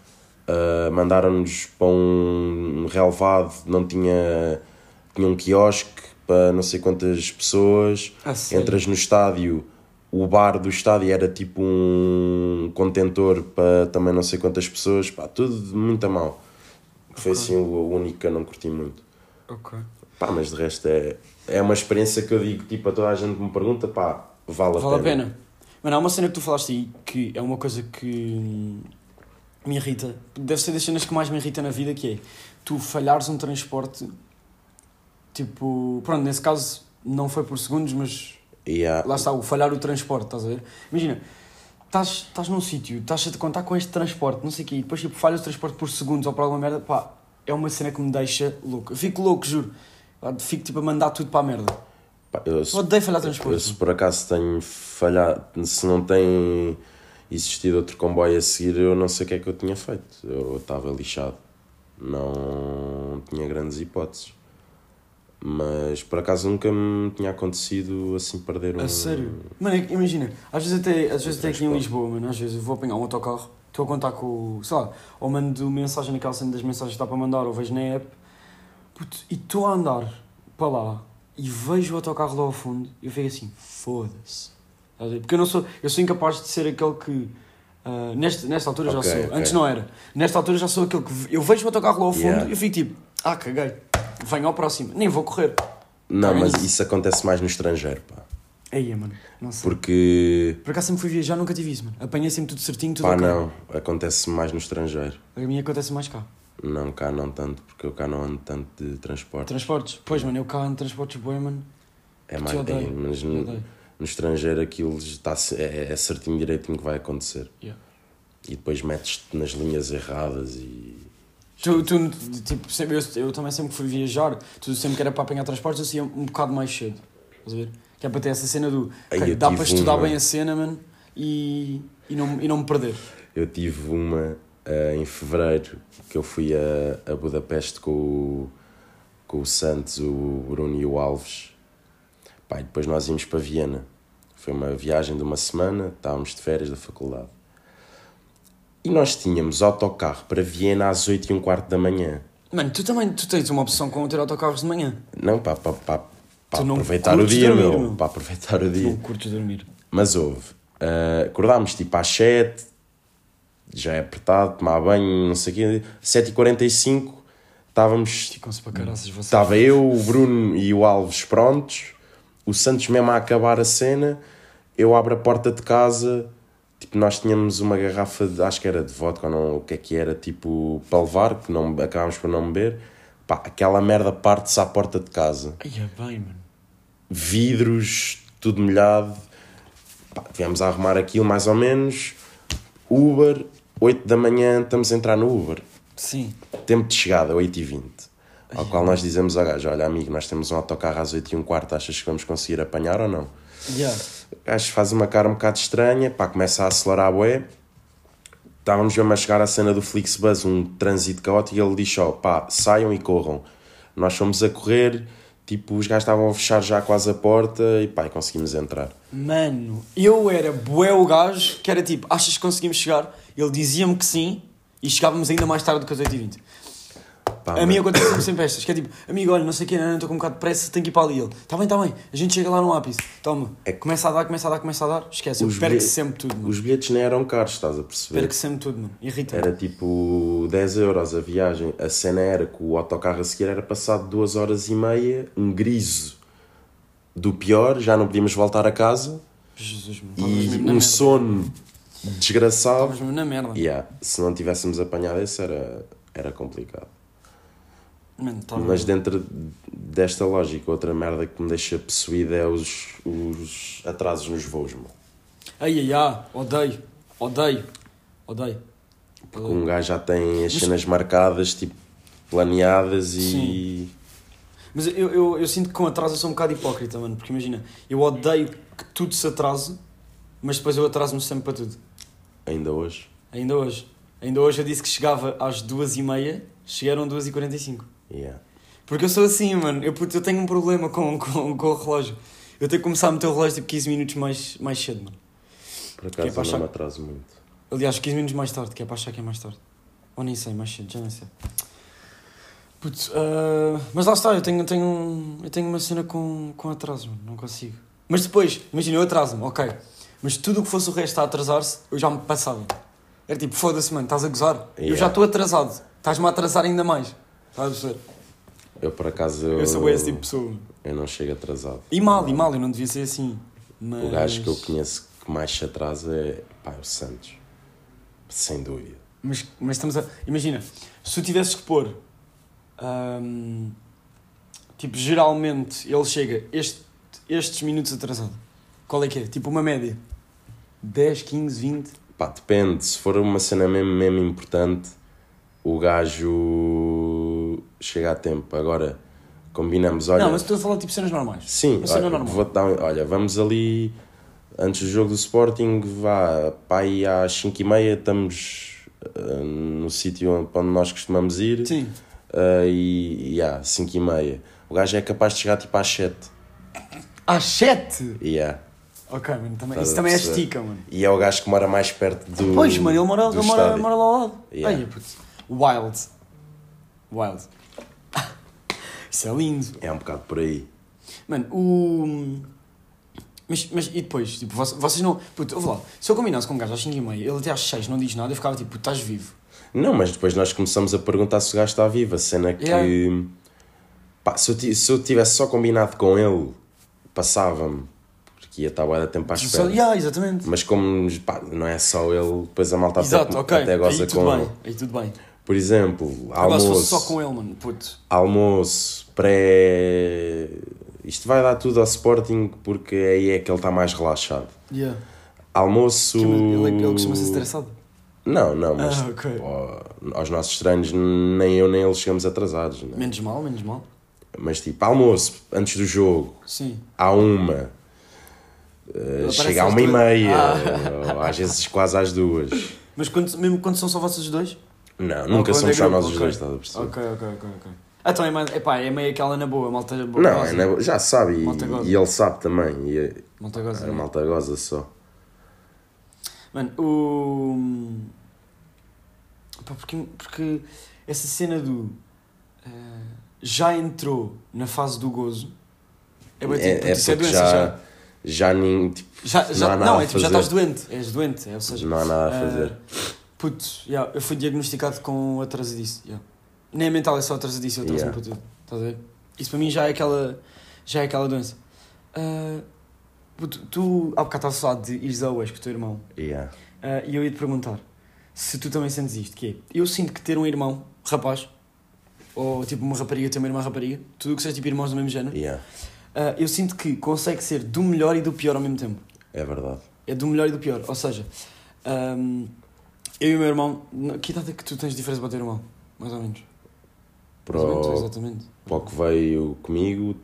Speaker 2: ah, mandaram-nos para um relevado, não tinha, tinha um quiosque para não sei quantas pessoas,
Speaker 1: Ah, sério?
Speaker 2: entras no estádio, o bar do estádio era tipo um contentor para também não sei quantas pessoas, pá, tudo muito a mal. Foi assim o único que eu não curti muito.
Speaker 1: Ok.
Speaker 2: Pá, mas de resto é, é uma experiência que eu digo tipo a toda a gente que me pergunta, pá, vale a
Speaker 1: Vale a
Speaker 2: pena.
Speaker 1: pena. Mano, há uma cena que tu falaste aí que é uma coisa que hum, me irrita. Deve ser das cenas que mais me irrita na vida, que é tu falhares um transporte, tipo... Pronto, nesse caso não foi por segundos, mas
Speaker 2: Yeah.
Speaker 1: lá está, o falhar o transporte, estás a ver? Imagina, estás, estás num sítio, estás a te contar com este transporte, não sei o quê, e depois tipo, falhas o transporte por segundos ou por alguma merda, pá, é uma cena que me deixa louco. Eu fico louco, juro. Pá, Fico tipo a mandar tudo para a merda.
Speaker 2: Pá, eu-
Speaker 1: Eu odeio falhar
Speaker 2: Eu,
Speaker 1: transporte.
Speaker 2: se por acaso tenho falhado, se não tem existido outro comboio a seguir, eu não sei o que é que eu tinha feito. Eu estava lixado. Não tinha grandes hipóteses. Mas por acaso nunca me tinha acontecido assim perder um.
Speaker 1: A sério? Mano, é que imagina, às vezes até, às vezes até aqui em
Speaker 2: transporte.
Speaker 1: Lisboa, mano, às vezes eu vou apanhar um autocarro, estou a contar com o. sei lá, ou mando mensagem naquela cena das mensagens que está para mandar, ou vejo na app, puto, e estou a andar para lá e vejo o autocarro lá ao fundo, e eu fico assim, foda-se. Estás a ver? Porque eu não sou, eu sou incapaz de ser aquele que. ah, neste, nesta altura
Speaker 2: Ok,
Speaker 1: já sou,
Speaker 2: ok.
Speaker 1: antes não era. Nesta altura já sou aquele que. v- Eu vejo o autocarro lá ao fundo
Speaker 2: Yeah.
Speaker 1: e eu fico tipo, ah, caguei, venho ao próximo, nem vou correr.
Speaker 2: Não,
Speaker 1: Caga
Speaker 2: mas
Speaker 1: nisso.
Speaker 2: isso acontece mais no estrangeiro, pá.
Speaker 1: Aí, mano, não sei.
Speaker 2: Porque.
Speaker 1: Por acaso sempre fui viajar, nunca tive isso, mano. Apanhei sempre tudo certinho, tudo
Speaker 2: Pá,
Speaker 1: é ok.
Speaker 2: não. Acontece mais no estrangeiro.
Speaker 1: A minha acontece mais cá.
Speaker 2: Não, cá não tanto, porque eu cá não ando tanto de transporte.
Speaker 1: Transportes? Pois, mano, eu cá ando transportes boi, mano.
Speaker 2: É
Speaker 1: Te
Speaker 2: mais. É,
Speaker 1: odeio,
Speaker 2: mas
Speaker 1: te
Speaker 2: no,
Speaker 1: odeio.
Speaker 2: no estrangeiro aquilo está, é, é certinho direitinho que vai acontecer. E depois metes-te nas linhas erradas e.
Speaker 1: Tu, tu, tipo, sempre, eu, eu também sempre que fui viajar, tu sempre que era para apanhar transportes, eu saía um bocado mais cedo. Estás a ver? Que é para ter essa cena do.
Speaker 2: Aí
Speaker 1: ok,
Speaker 2: eu
Speaker 1: dá
Speaker 2: tive um,
Speaker 1: para estudar
Speaker 2: uma.
Speaker 1: bem a cena, mano, e, e, não, e não me perder.
Speaker 2: Eu tive uma eh, em fevereiro que eu fui a, a Budapeste com o, com o Santos, o Bruno e o Alves. Pá, e depois nós íamos para Viena. Foi uma viagem de uma semana, estávamos de férias da faculdade. E nós tínhamos autocarro para Viena às 8 e um quarto da manhã.
Speaker 1: Mano, tu também tu tens uma opção com ter autocarros de manhã.
Speaker 2: Não, pá, pá, pá, pá
Speaker 1: Tu não
Speaker 2: aproveitar o
Speaker 1: curtes
Speaker 2: dia,
Speaker 1: dormir,
Speaker 2: meu.
Speaker 1: meu.
Speaker 2: Para aproveitar o dia.
Speaker 1: Não curtes dormir.
Speaker 2: Mas houve. Ah, acordámos tipo às 7, já é apertado, tomar banho, não sei o quê. 7h45, estávamos.
Speaker 1: Ficam-se para caraças vocês.
Speaker 2: Estava eu, o Bruno e o Alves prontos. O Santos mesmo a acabar a cena. Eu abro a porta de casa, Tipo, nós tínhamos uma garrafa, de, acho que era de vodka ou não, o que é que era, tipo, para levar, que não, acabámos por não beber. Pá, aquela merda parte-se à porta de casa.
Speaker 1: Ai, é bem, mano.
Speaker 2: Vidros, tudo molhado. Pá, tivemos a arrumar aquilo mais ou menos. Uber, 8 da manhã, estamos a entrar no Uber.
Speaker 1: Sim.
Speaker 2: Tempo de chegada, 8h20. Ao qual nós dizemos ao gajo: Olha, amigo, nós temos um autocarro às 8 e um quarto, achas que vamos conseguir apanhar ou não?
Speaker 1: Yeah.
Speaker 2: O gajo faz uma cara um bocado estranha, pá, começa a acelerar a bué. Estávamos mesmo a chegar à cena do Flixbus, um trânsito caótico, e ele diz: Ó, pá, saiam e corram. Nós fomos a correr, tipo, os gajos estavam a fechar já quase a porta, e pá, e conseguimos entrar.
Speaker 1: Mano, eu era bué o gajo que era tipo, achas que conseguimos chegar? Ele dizia-me que sim e chegávamos ainda mais tarde do que às 8h20.
Speaker 2: Pá,
Speaker 1: A mim
Speaker 2: mas-
Speaker 1: acontece sempre estas, que é tipo, amigo, olha, não sei o quê, não, não, estou com um bocado de pressa, tenho que ir para ali. Ele, tá bem, tá bem, a gente chega lá no ápice, toma,
Speaker 2: É que-
Speaker 1: começa a dar, começa a dar, começa a dar, esquece, eu
Speaker 2: Os
Speaker 1: perco
Speaker 2: bilhe-
Speaker 1: sempre tudo, mano.
Speaker 2: Os bilhetes nem eram caros, estás a perceber?
Speaker 1: Perco sempre tudo, mano, irrita-me.
Speaker 2: Era tipo 10 euros a viagem. A cena era que o autocarro a seguir era passado 2 horas e meia, um griso do pior, já não podíamos voltar a casa
Speaker 1: Jesus, mano, estavas
Speaker 2: e
Speaker 1: mesmo na
Speaker 2: um
Speaker 1: merda.
Speaker 2: sono desgraçado.
Speaker 1: Estavas mesmo na merda.
Speaker 2: Yeah, se não tivéssemos apanhado esse era, era complicado.
Speaker 1: Mano, estava-
Speaker 2: Mas dentro desta lógica, outra merda que me deixa possuído é os, os atrasos nos voos, mano.
Speaker 1: Ai, ai, ai, odeio, odeio, odeio. Oh.
Speaker 2: Porque um gajo já tem as cenas marcadas, tipo, planeadas e.
Speaker 1: Mas eu, eu, eu sinto que com atraso eu sou um bocado hipócrita, mano, porque imagina, eu odeio que tudo se atrase, mas depois eu atraso-me sempre para tudo.
Speaker 2: Ainda hoje.
Speaker 1: Ainda hoje. Ainda hoje eu disse que chegava às 2h30, chegaram 2h45.
Speaker 2: Yeah.
Speaker 1: Porque eu sou assim, mano. Eu, puto, eu tenho um problema com, com, com o relógio. Eu tenho que começar a meter o relógio tipo 15 minutos mais, mais cedo, mano.
Speaker 2: Por
Speaker 1: Que é para
Speaker 2: acaso eu não
Speaker 1: achar-
Speaker 2: me atraso muito.
Speaker 1: Aliás, 15 minutos mais tarde, que é para achar que é mais tarde. Ou nem sei, mais cedo, já nem sei. Putz, ah, mas lá está, eu tenho, eu tenho, um- eu tenho uma cena com, com atraso, mano, não consigo. Mas depois, imagina, eu atraso-me, ok. Mas tudo o que fosse o resto a atrasar-se, eu já me passava. Era tipo, foda-se, mano, estás a gozar? Eu
Speaker 2: Yeah.
Speaker 1: já estou atrasado, estás-me a atrasar ainda mais. Estás a perceber?
Speaker 2: Eu por acaso.
Speaker 1: Eu sou esse tipo de pessoa. mano.
Speaker 2: Eu não chego atrasado.
Speaker 1: E mal, e mal, eu não devia ser assim. Mas...
Speaker 2: O gajo que eu conheço que mais se atrasa é. Pá, é o Santos. Sem dúvida.
Speaker 1: Mas, mas estamos a. Imagina, se tu tivesses que pôr. hum, tipo, geralmente ele chega este, estes minutos atrasado. Qual é que é? Tipo, uma média. 10, 15, 20.
Speaker 2: Pá, depende. Se for uma cena mesmo, mesmo importante, o gajo. chega a tempo. Agora, combinamos. Olha.
Speaker 1: Não, mas estou a falar tipo cenas normais.
Speaker 2: Sim,
Speaker 1: Uma cena
Speaker 2: olha,
Speaker 1: normal.
Speaker 2: vou-te dar um- olha, vamos ali antes do jogo do Sporting, vá pá, aí às 5h30 estamos ah, no sítio onde- para onde nós costumamos ir
Speaker 1: Sim.
Speaker 2: ah, e, e há 5h30. O gajo é capaz de chegar tipo às 7
Speaker 1: Às 7!
Speaker 2: e há.
Speaker 1: Ok, mano, também,
Speaker 2: Estás
Speaker 1: isso
Speaker 2: a
Speaker 1: também é
Speaker 2: perceber?
Speaker 1: estica, mano.
Speaker 2: E é o gajo que mora mais perto do.
Speaker 1: Pois, mano, ele mora,
Speaker 2: do
Speaker 1: ele mora,
Speaker 2: estádio.
Speaker 1: mora lá ao lado.
Speaker 2: Yeah.
Speaker 1: Ai, putz. Wild. Wild. Isso é lindo.
Speaker 2: É um bocado por aí.
Speaker 1: Mano, o. hum, Mas, mas e depois? Tipo, voc- vocês não. Puto, ouve lá. Se eu combinasse com um gajo às 5 e meia, ele até às 6 não diz nada, eu ficava tipo, "Puto, estás vivo.
Speaker 2: Não, mas depois nós começamos a perguntar se o gajo está vivo. A cena que.
Speaker 1: Yeah.
Speaker 2: Pá, se, eu, ti- se eu tivesse só combinado com ele, passava-me. Porque ia estar bué de tempo à
Speaker 1: Só-
Speaker 2: espera.
Speaker 1: Yeah, exatamente.
Speaker 2: Mas como pá, não é só ele, depois a malta
Speaker 1: Exato,
Speaker 2: até,
Speaker 1: ok.
Speaker 2: até goza
Speaker 1: Aí tudo
Speaker 2: com
Speaker 1: bem. Aí tudo bem.
Speaker 2: Por exemplo,
Speaker 1: Agora se
Speaker 2: almoço,
Speaker 1: fosse só com ele, mano, puto.
Speaker 2: almoço, pré. Isto vai dar tudo ao Sporting porque aí é que ele está mais relaxado.
Speaker 1: Yeah.
Speaker 2: Almoço.
Speaker 1: Ele, é ele costuma ser estressado.
Speaker 2: Não, não, mas
Speaker 1: Ah, ok.
Speaker 2: ó, aos nossos treinos nem eu nem ele chegamos atrasados. né?
Speaker 1: Menos mal, menos mal.
Speaker 2: Mas tipo, almoço, antes do jogo,
Speaker 1: Sim.
Speaker 2: à uma. Uh,
Speaker 1: Aparece
Speaker 2: chega à
Speaker 1: às
Speaker 2: uma e
Speaker 1: duas. Ah.
Speaker 2: meia, ou às vezes quase às duas.
Speaker 1: Mas quando, mesmo quando são só vocês dois?
Speaker 2: Não, nunca
Speaker 1: Ou quando
Speaker 2: somos
Speaker 1: é
Speaker 2: só
Speaker 1: grupo?
Speaker 2: nós os
Speaker 1: Ok.
Speaker 2: dois, estás a perceber?
Speaker 1: Ok, ok, ok, ok. Ah, então é, mais, epá, é meio aquela na boa, malta boa.
Speaker 2: Não,
Speaker 1: goza.
Speaker 2: é na boa, já sabe, e,
Speaker 1: Malta goza.
Speaker 2: e ele sabe também, e a-
Speaker 1: Malta goza. é.
Speaker 2: a malta goza só.
Speaker 1: Mano, o. hum, Pá, porque, porque essa cena do. eh, já entrou na fase do gozo. É, bem, tipo, isso é
Speaker 2: porque
Speaker 1: doença
Speaker 2: já,
Speaker 1: já.
Speaker 2: já nem, tipo,
Speaker 1: já,
Speaker 2: não
Speaker 1: já-
Speaker 2: há
Speaker 1: não,
Speaker 2: nada a
Speaker 1: é tipo, já
Speaker 2: fazer.
Speaker 1: estás doente. És doente, é, ou seja.
Speaker 2: não há nada a
Speaker 1: eh,
Speaker 2: fazer.
Speaker 1: puto, yeah, eu fui diagnosticado com atrasadice. Yeah. Nem é mental, é só atrasadice, eu atraso
Speaker 2: Yeah.
Speaker 1: para tudo. Estás a ver? Isso para mim já é aquela, já é aquela doença. Eh, puto, tu, há bocado estavas a falar de ires ao ex com o teu irmão.
Speaker 2: Yeah.
Speaker 1: Ah, Ah, e eu ia te perguntar se tu também sentes isto, que é, eu sinto que ter um irmão, rapaz, ou tipo uma rapariga também uma rapariga, tudo o que seja tipo irmãos do mesmo género,
Speaker 2: Yeah,
Speaker 1: ah, eu sinto que consegue ser do melhor e do pior ao mesmo tempo.
Speaker 2: é verdade.
Speaker 1: É do melhor e do pior, ou seja, ahm, eu e o meu irmão, na- que idade é que tu tens de diferença para o teu irmão? Mais ou menos.
Speaker 2: Para
Speaker 1: Mais ou menos, ou
Speaker 2: o,
Speaker 1: exatamente.
Speaker 2: para o que veio comigo,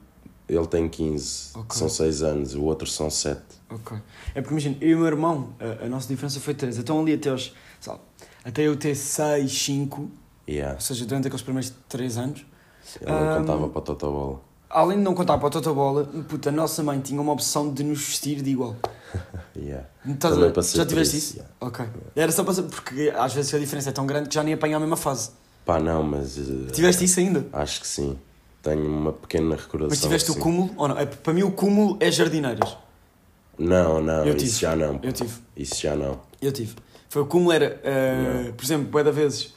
Speaker 2: ele tem 15,
Speaker 1: Ok.
Speaker 2: são 6 anos, o outro são 7.
Speaker 1: Ok. É porque imagina, eu e o meu irmão, ah, a, a nossa diferença foi 3. Então ali até aos. Sabe, até eu ter 6, 5,
Speaker 2: Yeah,
Speaker 1: ou seja, durante aqueles primeiros 3 anos,
Speaker 2: ele não
Speaker 1: Ahm.
Speaker 2: contava para a Totobola.
Speaker 1: além de não contar para a Tota Bola, puta, a nossa mãe tinha uma opção de nos vestir de igual.
Speaker 2: Yeah.
Speaker 1: Não estás a
Speaker 2: Também
Speaker 1: ver?
Speaker 2: passei
Speaker 1: Já
Speaker 2: por
Speaker 1: tiveste
Speaker 2: isso,
Speaker 1: isso?
Speaker 2: yeah.
Speaker 1: Ok. Era só para saber, porque às vezes a diferença é tão grande que já nem apanha a mesma fase.
Speaker 2: Pá, não, mas. eh,
Speaker 1: Tiveste isso ainda?
Speaker 2: Acho que sim. Tenho uma pequena recordação. assim.
Speaker 1: Mas tiveste
Speaker 2: sim.
Speaker 1: o cúmulo ou não? É, para mim o cúmulo é jardineiras.
Speaker 2: Não, não,
Speaker 1: Eu
Speaker 2: isso
Speaker 1: tive.
Speaker 2: já não.
Speaker 1: Eu tive.
Speaker 2: Isso já não.
Speaker 1: Eu tive. Foi o cúmulo era, eh, por exemplo, bué da vezes,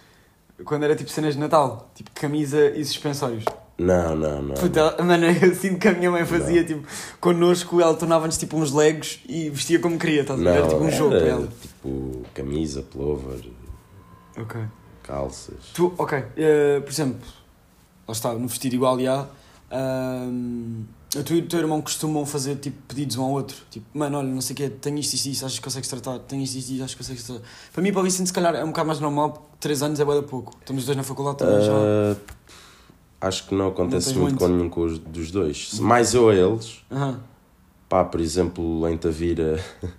Speaker 1: quando era tipo cenas de Natal, tipo camisa e suspensórios.
Speaker 2: Não, não, Ah, não. não.
Speaker 1: Puta, mano, eu sinto que a minha mãe fazia tipo connosco, ela tornava-nos tipo uns legos e vestia como queria, estás a ver? Era tipo um
Speaker 2: era
Speaker 1: jogo para ela.
Speaker 2: é, tipo, camisa, plover,
Speaker 1: Ok.
Speaker 2: calças.
Speaker 1: Tu, ok, eh, por exemplo, lá está, no vestir igual e há. ahm, a tu e o teu irmão costumam fazer tipo pedidos um ao outro, tipo, mano, olha, não sei o que, tenho isto, isto, isto, achas que consegues tratar, tenho isto, isto, isto, achas que consegues tratar. Para mim, para o Vicente, se calhar é um bocado mais normal, porque 3 anos é bué da pouco. Estamos os dois na faculdade também Então, já.
Speaker 2: Ah, acho que não acontece
Speaker 1: tens
Speaker 2: muito,
Speaker 1: muito.
Speaker 2: com nenhum co- dos dois. Mais eu a eles.
Speaker 1: Aham.
Speaker 2: Pá, por exemplo, em Tavira,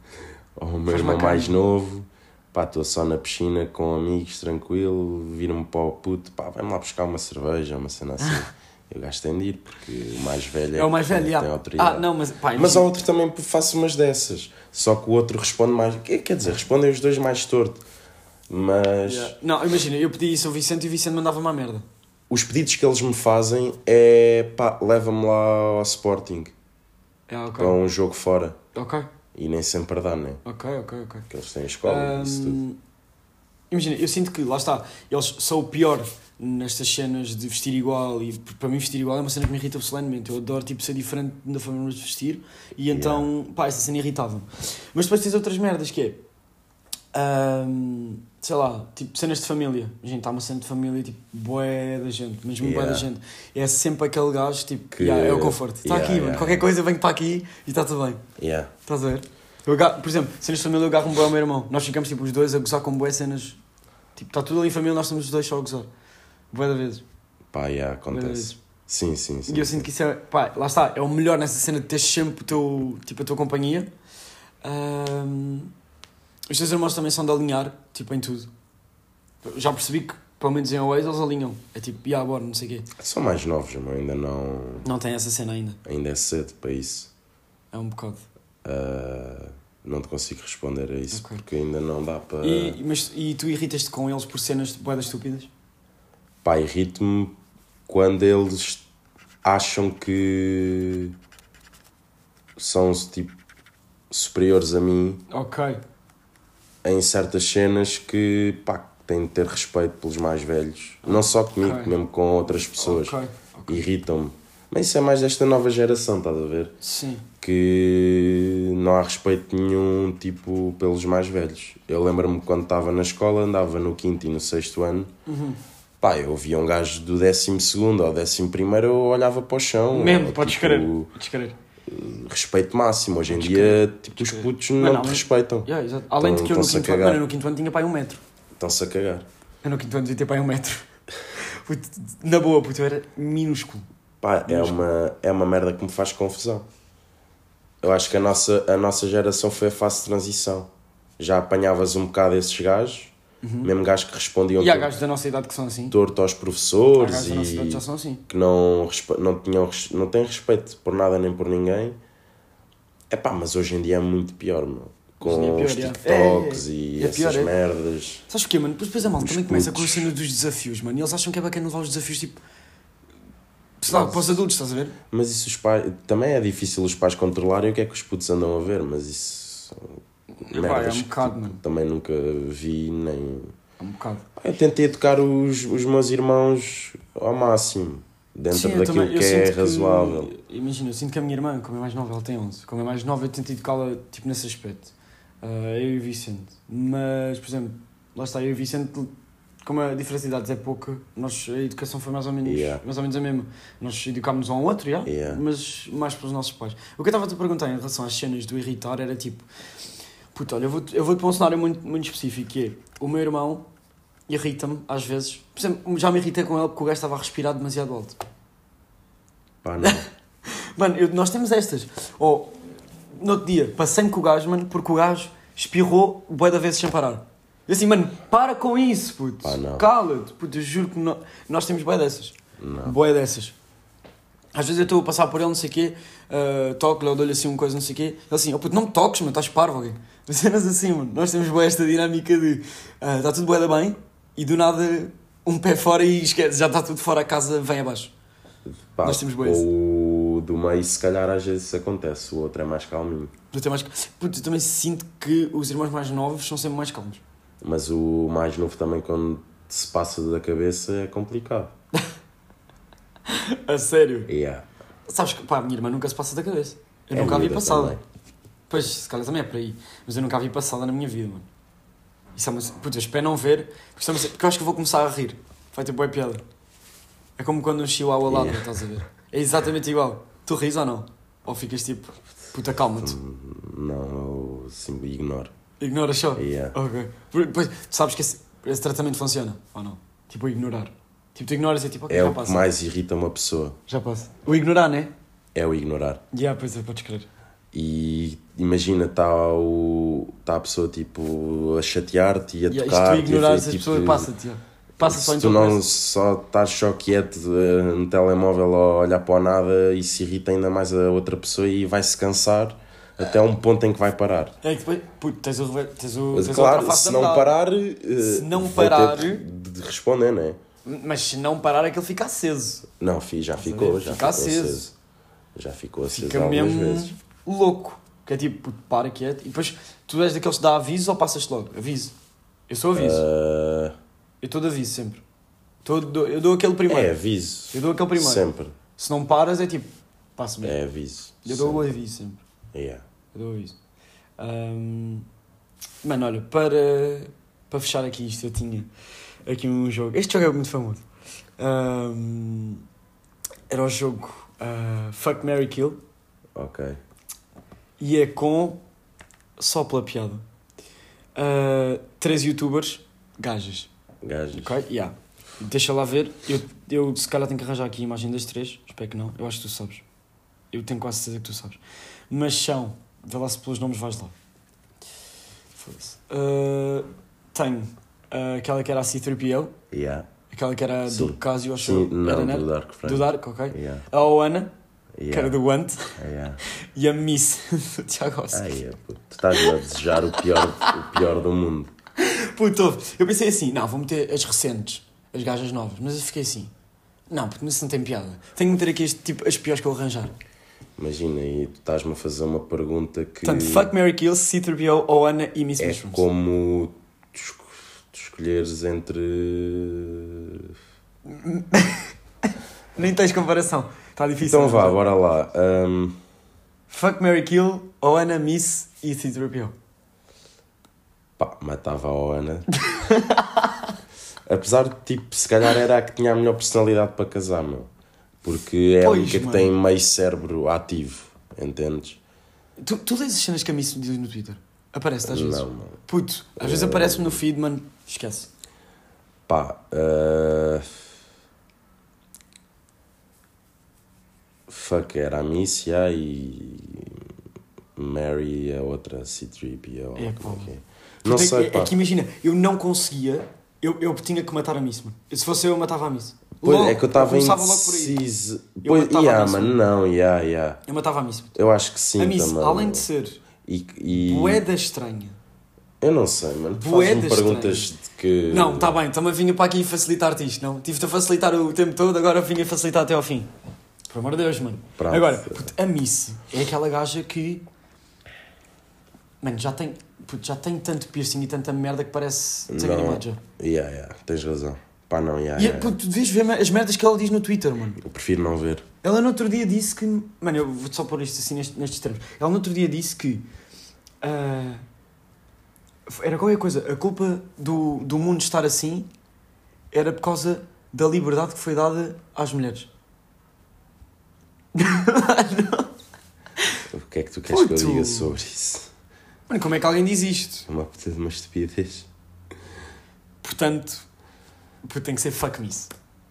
Speaker 2: ao meu
Speaker 1: Faz
Speaker 2: irmão
Speaker 1: bacana.
Speaker 2: mais novo. Pá, estou só na piscina com amigos, tranquilo. Vira-me para o puto. Pá, vai-me lá buscar uma cerveja, uma cena assim. Eu gasto tem de ir, porque o mais velho
Speaker 1: Ah. É o mais
Speaker 2: que
Speaker 1: velho,
Speaker 2: tem
Speaker 1: já.
Speaker 2: autoridade.
Speaker 1: Ah, não, mas pá,
Speaker 2: Mas é um
Speaker 1: imagina-
Speaker 2: ao outro também faço umas dessas. Só que o outro responde mais. Quer quer dizer, respondem os dois mais torto. Mas
Speaker 1: Yeah. Não, imagina, eu pedi isso ao Vicente e o Vicente mandava-me à merda.
Speaker 2: os pedidos que eles me fazem é pá, leva-me lá ao Sporting
Speaker 1: É, ok.
Speaker 2: para um jogo fora.
Speaker 1: Ok,
Speaker 2: E nem sempre dá, né?
Speaker 1: ok, ok, ok.
Speaker 2: Porque eles têm escola, isso tudo.
Speaker 1: Hum, Imagina, eu sinto que, lá está, eles são o pior nestas cenas de vestir igual e porque para mim vestir igual é uma cena que me irrita absolutamente. Eu adoro tipo, ser diferente da forma de vestir e então, pá, essa cena irritava-me. Mas depois tens outras merdas que é, hum, sei lá, tipo cenas de família. Imagina, está uma cena de família tipo, boé da gente, mesmo bué
Speaker 2: Yeah.
Speaker 1: da gente. É sempre aquele gajo tipo,
Speaker 2: Que-
Speaker 1: "Yeah, é o conforto. Está
Speaker 2: Yeah,
Speaker 1: aqui, mano,
Speaker 2: yeah.
Speaker 1: qualquer coisa eu venho para aqui e está tudo bem.
Speaker 2: Yeah.
Speaker 1: Estás a ver? Eu agarro- por exemplo, cenas de família eu agarro um bué ao meu irmão. Nós ficamos tipo os dois a gozar com bué cenas. Tipo, está tudo ali em família, nós estamos os dois só a gozar. Bué da vezes.
Speaker 2: Pá, yeah,
Speaker 1: bué da
Speaker 2: acontece.
Speaker 1: vezes.
Speaker 2: Sim, sim, sim.
Speaker 1: é E eu sinto que isso é, pá, lá está, é o melhor nessa cena de ter sempre o teu, tipo, a tua companhia. Ahm, os teus irmãos também são de alinhar, tipo, em tudo. Já percebi que, pelo menos em Always, eles alinham. É tipo, yeah, bora, não sei o quê.
Speaker 2: São mais novos, mas ainda não.
Speaker 1: Não tem essa cena ainda.
Speaker 2: Ainda é cedo para isso.
Speaker 1: É um bocado.
Speaker 2: Ah, não te consigo responder a isso
Speaker 1: Ok.
Speaker 2: porque ainda não dá para.
Speaker 1: E, mas, e tu irritas-te com eles por cenas de boedas estúpidas?
Speaker 2: Pá, irrita-me quando eles acham que são tipo superiores a mim
Speaker 1: Ok.
Speaker 2: em certas cenas que pá, têm de ter respeito pelos mais velhos. Não só comigo,
Speaker 1: Ok.
Speaker 2: mesmo com outras pessoas.
Speaker 1: Ok.
Speaker 2: Irritam-me. Mas isso é mais desta nova geração, estás a ver?
Speaker 1: Sim.
Speaker 2: que não há respeito nenhum tipo pelos mais velhos. Eu lembro-me quando estava na escola, andava no quinto e no sexto ano,
Speaker 1: Uhum.
Speaker 2: pá, eu via um gajo do décimo segundo ou décimo primeiro, eu olhava para o chão.
Speaker 1: Mesmo,
Speaker 2: Ou,
Speaker 1: podes
Speaker 2: tipo,
Speaker 1: crer. Podes crer.
Speaker 2: Respeito máximo. Hoje em
Speaker 1: Podes
Speaker 2: dia, tipo, os
Speaker 1: crer.
Speaker 2: putos
Speaker 1: Mas
Speaker 2: não,
Speaker 1: não,
Speaker 2: te
Speaker 1: mas-
Speaker 2: respeitam.
Speaker 1: Yeah, exato. Além de que eu no
Speaker 2: estão-se a
Speaker 1: quinto, ano,
Speaker 2: cagar.
Speaker 1: mano, eu no quinto ano tinha pai um metro.
Speaker 2: Estão-se a cagar.
Speaker 1: Eu no quinto ano devia ter pai um metro. Puto, na boa, puto, eu era minúsculo.
Speaker 2: Pá, é uma, é uma merda que me faz confusão. Eu acho que a nossa, a nossa geração foi a fase de transição. Já apanhavas um bocado esses gajos, mesmo gajos que respondiam
Speaker 1: Uhum.
Speaker 2: tipo,
Speaker 1: E há
Speaker 2: tor-
Speaker 1: gajos da nossa idade que são assim.
Speaker 2: torto aos
Speaker 1: Há
Speaker 2: professores
Speaker 1: gajos da nossa idade que Ah, já
Speaker 2: e
Speaker 1: são assim.
Speaker 2: que não, respe- não, tinham, res- não têm respeito por nada nem por ninguém. É pá, mas hoje em dia é muito pior, meu.
Speaker 1: Hoje em dia é
Speaker 2: Com
Speaker 1: pior,
Speaker 2: os
Speaker 1: já.
Speaker 2: TikToks
Speaker 1: É, é, é.
Speaker 2: e
Speaker 1: É
Speaker 2: essas
Speaker 1: pior, é.
Speaker 2: merdas.
Speaker 1: Sabes o quê, mano? Depois, depois a malta
Speaker 2: Os
Speaker 1: também começa com a
Speaker 2: putos.
Speaker 1: cena dos desafios, mano. E eles acham que é bacana levar os desafios tipo. Sei lá,
Speaker 2: Mas-
Speaker 1: para os adultos, estás a ver?
Speaker 2: Mas isso os pais, também é difícil os pais controlarem o que é que os putos andam a ver, mas isso
Speaker 1: Pá, é um bocado, mano.
Speaker 2: também nunca vi nem. Ah,
Speaker 1: É um bocado.
Speaker 2: Eu tentei educar os, os meus irmãos ao máximo, dentro
Speaker 1: Sim, eu
Speaker 2: daquilo
Speaker 1: também- eu
Speaker 2: que é
Speaker 1: sinto
Speaker 2: razoável.
Speaker 1: Imagina, eu sinto que a minha irmã, como é mais nova, ela tem 11, como é mais nova, eu tento educá-la tipo, nesse aspecto. Ah, Ah, eu e o Vicente. Mas, por exemplo, lá está, eu e o Vicente, como a diferença de idades é pouca, nós, a educação foi mais ou menos,
Speaker 2: Yeah.
Speaker 1: mais ou menos a mesma. Nós educámos um ao outro, yeah?
Speaker 2: Yeah.
Speaker 1: mas mais pelos nossos pais. O que eu estava a te perguntar em relação às cenas do irritar era tipo: puto, olha, eu vou-te eu vou-te para um cenário muito, muito específico que é o meu irmão irrita-me às vezes. Por exemplo, já me irritei com ele porque o gajo estava a respirar demasiado alto.
Speaker 2: Pá, não.
Speaker 1: Mano, eu- nós temos estas. Ou, no outro dia, passei-me com o gajo, mano, porque o gajo espirrou bué da vez sem parar. Eu assim, mano, para com isso, puto.
Speaker 2: Pá, não.
Speaker 1: Cala-te, puto. Eu juro que nó- nós temos bué dessas.
Speaker 2: Não.
Speaker 1: Bué dessas. Às vezes eu estou a passar por ele, não sei o quê, ah, toco-lhe ou dou-lhe assim uma coisa, não sei o quê. Ele assim, oh, puto, não me toques, mano, estás parvo, alguém. Cenas assim, mano. Nós temos bué esta dinâmica de ah, está tudo bué da bem e do nada um pé fora e esquece, já está tudo fora, a casa vem abaixo.
Speaker 2: Pá,
Speaker 1: Nós temos bué
Speaker 2: O do meio, se calhar, às vezes isso acontece. O outro é mais calminho.
Speaker 1: Eu também, acho que- Puto, eu também sinto que os irmãos mais novos são sempre mais calmos.
Speaker 2: Mas o mais novo também, quando se passa da cabeça, é complicado. É,
Speaker 1: A sério?
Speaker 2: Yeah.
Speaker 1: Sabes que, pá, a minha irmã nunca se passa da cabeça. Eu
Speaker 2: É
Speaker 1: nunca a vi
Speaker 2: miúda
Speaker 1: passada.
Speaker 2: também.
Speaker 1: Pois, se calhar também é por aí. Mas eu nunca a vi passada na minha vida, mano. Isso é uma... Puto, eu espero não ver, porque, estamos... porque eu acho que vou começar a rir. Vai ter boa piada. É como quando um chihuahua ladra,
Speaker 2: Yeah.
Speaker 1: estás a ver? É exatamente igual. Tu rires ou não? Ou ficas tipo, puta, calma-te.
Speaker 2: Hum. Não, eu sim, ignoro. É,
Speaker 1: Ignora só.
Speaker 2: Yeah.
Speaker 1: Ok. Por- Pois, tu sabes que esse, esse tratamento funciona, ou não? Tipo, ignorar. Tipo, tu ignoras e é tipo, ok,
Speaker 2: É
Speaker 1: já
Speaker 2: o que
Speaker 1: passa.
Speaker 2: mais irrita uma pessoa,
Speaker 1: Já passa. O ignorar, né?
Speaker 2: é o ignorar.
Speaker 1: Já, yeah, pois é, podes crer.
Speaker 2: E imagina, está tá a pessoa tipo a chatear-te e a
Speaker 1: Yeah, isto tu
Speaker 2: tocar.
Speaker 1: ignorares as pessoas, passa-te. Yeah. Passa só
Speaker 2: tipo, se
Speaker 1: em
Speaker 2: tu
Speaker 1: tua
Speaker 2: não
Speaker 1: cabeça.
Speaker 2: só estás só quieto eh, no telemóvel a olhar para o nada e se irrita ainda mais a outra pessoa e vai se cansar até um ponto em que vai parar.
Speaker 1: É que depois, puto, tens o. rever- Tens o
Speaker 2: Mas
Speaker 1: tens
Speaker 2: claro,
Speaker 1: outra face
Speaker 2: se
Speaker 1: da
Speaker 2: não
Speaker 1: medalha.
Speaker 2: parar, eh,
Speaker 1: Se não
Speaker 2: vou
Speaker 1: parar-
Speaker 2: ter de de responder, não é?
Speaker 1: Mas se não parar, é que ele fica aceso.
Speaker 2: Não, fi, já ficou,
Speaker 1: ver?
Speaker 2: já
Speaker 1: Fica
Speaker 2: ficou
Speaker 1: aceso.
Speaker 2: aceso. Já ficou aceso
Speaker 1: Fica
Speaker 2: algumas
Speaker 1: mesmo
Speaker 2: vezes.
Speaker 1: louco. Que é tipo, puto, para quieto. E depois, tu és daqueles que dá aviso ou passas logo? Aviso. Eu sou aviso.
Speaker 2: Ah,
Speaker 1: Eu estou de aviso sempre. Todo, eu dou aquele
Speaker 2: é
Speaker 1: primeiro.
Speaker 2: aviso.
Speaker 1: Eu dou aquele primeiro.
Speaker 2: Sempre.
Speaker 1: Se não paras, é tipo, passa bem.
Speaker 2: É aviso.
Speaker 1: eu dou o
Speaker 2: Sempre.
Speaker 1: aviso sempre.
Speaker 2: Yeah.
Speaker 1: Eu dou o aviso. Ahm, mano, olha, para, para fechar aqui isto, eu tinha aqui um jogo. Este jogo é muito famoso. Ahm, era o jogo ah, Fuck Mary Kill
Speaker 2: Ok.
Speaker 1: e é com. Só pela piada. ah, três youtubers gajas.
Speaker 2: Gajos.
Speaker 1: Ok? Yeah. Deixa lá ver. Eu, eu se calhar tenho que arranjar aqui a imagem das três. Espero que não. Eu acho que tu sabes. Eu tenho quase certeza que tu sabes. Mas são. Vê lá se pelos nomes vais lá. Foda-se. Ah, tenho ah, aquela que era a C3PO,
Speaker 2: Yeah.
Speaker 1: aquela que era
Speaker 2: Sim.
Speaker 1: do Casio, acho
Speaker 2: Sim,
Speaker 1: eu. era,
Speaker 2: não,
Speaker 1: né?
Speaker 2: do Dark Frame.
Speaker 1: do Dark, ok?
Speaker 2: Yeah.
Speaker 1: A Oana, que era
Speaker 2: Yeah.
Speaker 1: do Want,
Speaker 2: Yeah.
Speaker 1: e a Miss, do Tiago Alves.
Speaker 2: Ai, é, puto, tu estás a desejar o pior, o pior do mundo.
Speaker 1: Puto, ouve, eu pensei assim, não, vou meter as recentes, as gajas novas, mas eu fiquei assim, não, porque isso não tem piada. Tenho que meter aqui este tipo, as piores que eu arranjar.
Speaker 2: Imagina, e tu estás-me a fazer uma pergunta que
Speaker 1: Portanto, Fuck, Mary Kill, C-3PO, ou Ana e Miss
Speaker 2: é
Speaker 1: Mushrooms.
Speaker 2: como tu, es- tu escolheres entre.
Speaker 1: Nem tens comparação, está difícil.
Speaker 2: Então
Speaker 1: não
Speaker 2: vá,
Speaker 1: tá?
Speaker 2: bora lá. Hum, Ahm,
Speaker 1: Fuck, Mary Kill, ou Ana, Miss e C-3PO.
Speaker 2: pá, matava a Ana. Apesar de, tipo, se calhar era a que tinha a melhor personalidade para casar, meu. Porque é a
Speaker 1: Pois,
Speaker 2: única que
Speaker 1: mano.
Speaker 2: tem meio cérebro ativo, entendes?
Speaker 1: Tu, tu lês as cenas que a Miss diz no Twitter? Aparece-te às vezes?
Speaker 2: Não, Eh, mano.
Speaker 1: Puto, às vezes aparece-me no feed, mano, esquece.
Speaker 2: Pá, ah, Fuck, era a Miss, yeah, e. Mary, a outra C3PO.
Speaker 1: É,
Speaker 2: como é que é?
Speaker 1: Puto,
Speaker 2: Não
Speaker 1: é-
Speaker 2: sei,
Speaker 1: é,
Speaker 2: pá.
Speaker 1: é que imagina, eu não conseguia, eu, eu tinha que matar a Miss, mano. Se fosse eu, eu matava a Miss.
Speaker 2: Pois,
Speaker 1: Logo,
Speaker 2: é que eu estava
Speaker 1: começava logo por aí.
Speaker 2: indeciso.
Speaker 1: Eu
Speaker 2: Pois,
Speaker 1: matava a
Speaker 2: yeah,
Speaker 1: Miss,
Speaker 2: mano, não, yeah, yeah.
Speaker 1: Eu matava a Miss. puto.
Speaker 2: Eu acho que sim
Speaker 1: a Miss,
Speaker 2: também.
Speaker 1: além
Speaker 2: mano.
Speaker 1: de ser
Speaker 2: E, e-
Speaker 1: boeda estranha.
Speaker 2: Eu não sei, mano. Tu
Speaker 1: Bué
Speaker 2: fazes-me
Speaker 1: das
Speaker 2: perguntas de que.
Speaker 1: Não, tá. está bem, também vinha para aqui facilitar-te isto, não? Tive-te a facilitar o tempo todo, agora vinha facilitar até ao fim. Por amor de Deus, mano.
Speaker 2: Pronto.
Speaker 1: Agora, puto, a Miss é aquela gaja que. Mano, já tem, puto, já tem tanto piercing e tanta merda que parece Taking
Speaker 2: Não. Ah, é.
Speaker 1: Imagine.
Speaker 2: Yeah, yeah, tens razão. Pá, não, yeah,
Speaker 1: E
Speaker 2: yeah.
Speaker 1: puto, tu devias ver ma- as merdas que ela diz no Twitter, mano.
Speaker 2: Eu prefiro não ver.
Speaker 1: Ela no outro dia disse que. Mano, eu vou só pôr isto assim neste- nestes termos. Ela no outro dia disse que. ah, Era qualquer coisa. A culpa do, do mundo estar assim era por causa da liberdade que foi dada às mulheres.
Speaker 2: O que é que tu queres que eu
Speaker 1: Puto.
Speaker 2: diga sobre isso?
Speaker 1: Mano, como é que alguém diz isto?
Speaker 2: É uma puta de uma estupidez.
Speaker 1: Portanto, puto, tem que ser fuck me isso.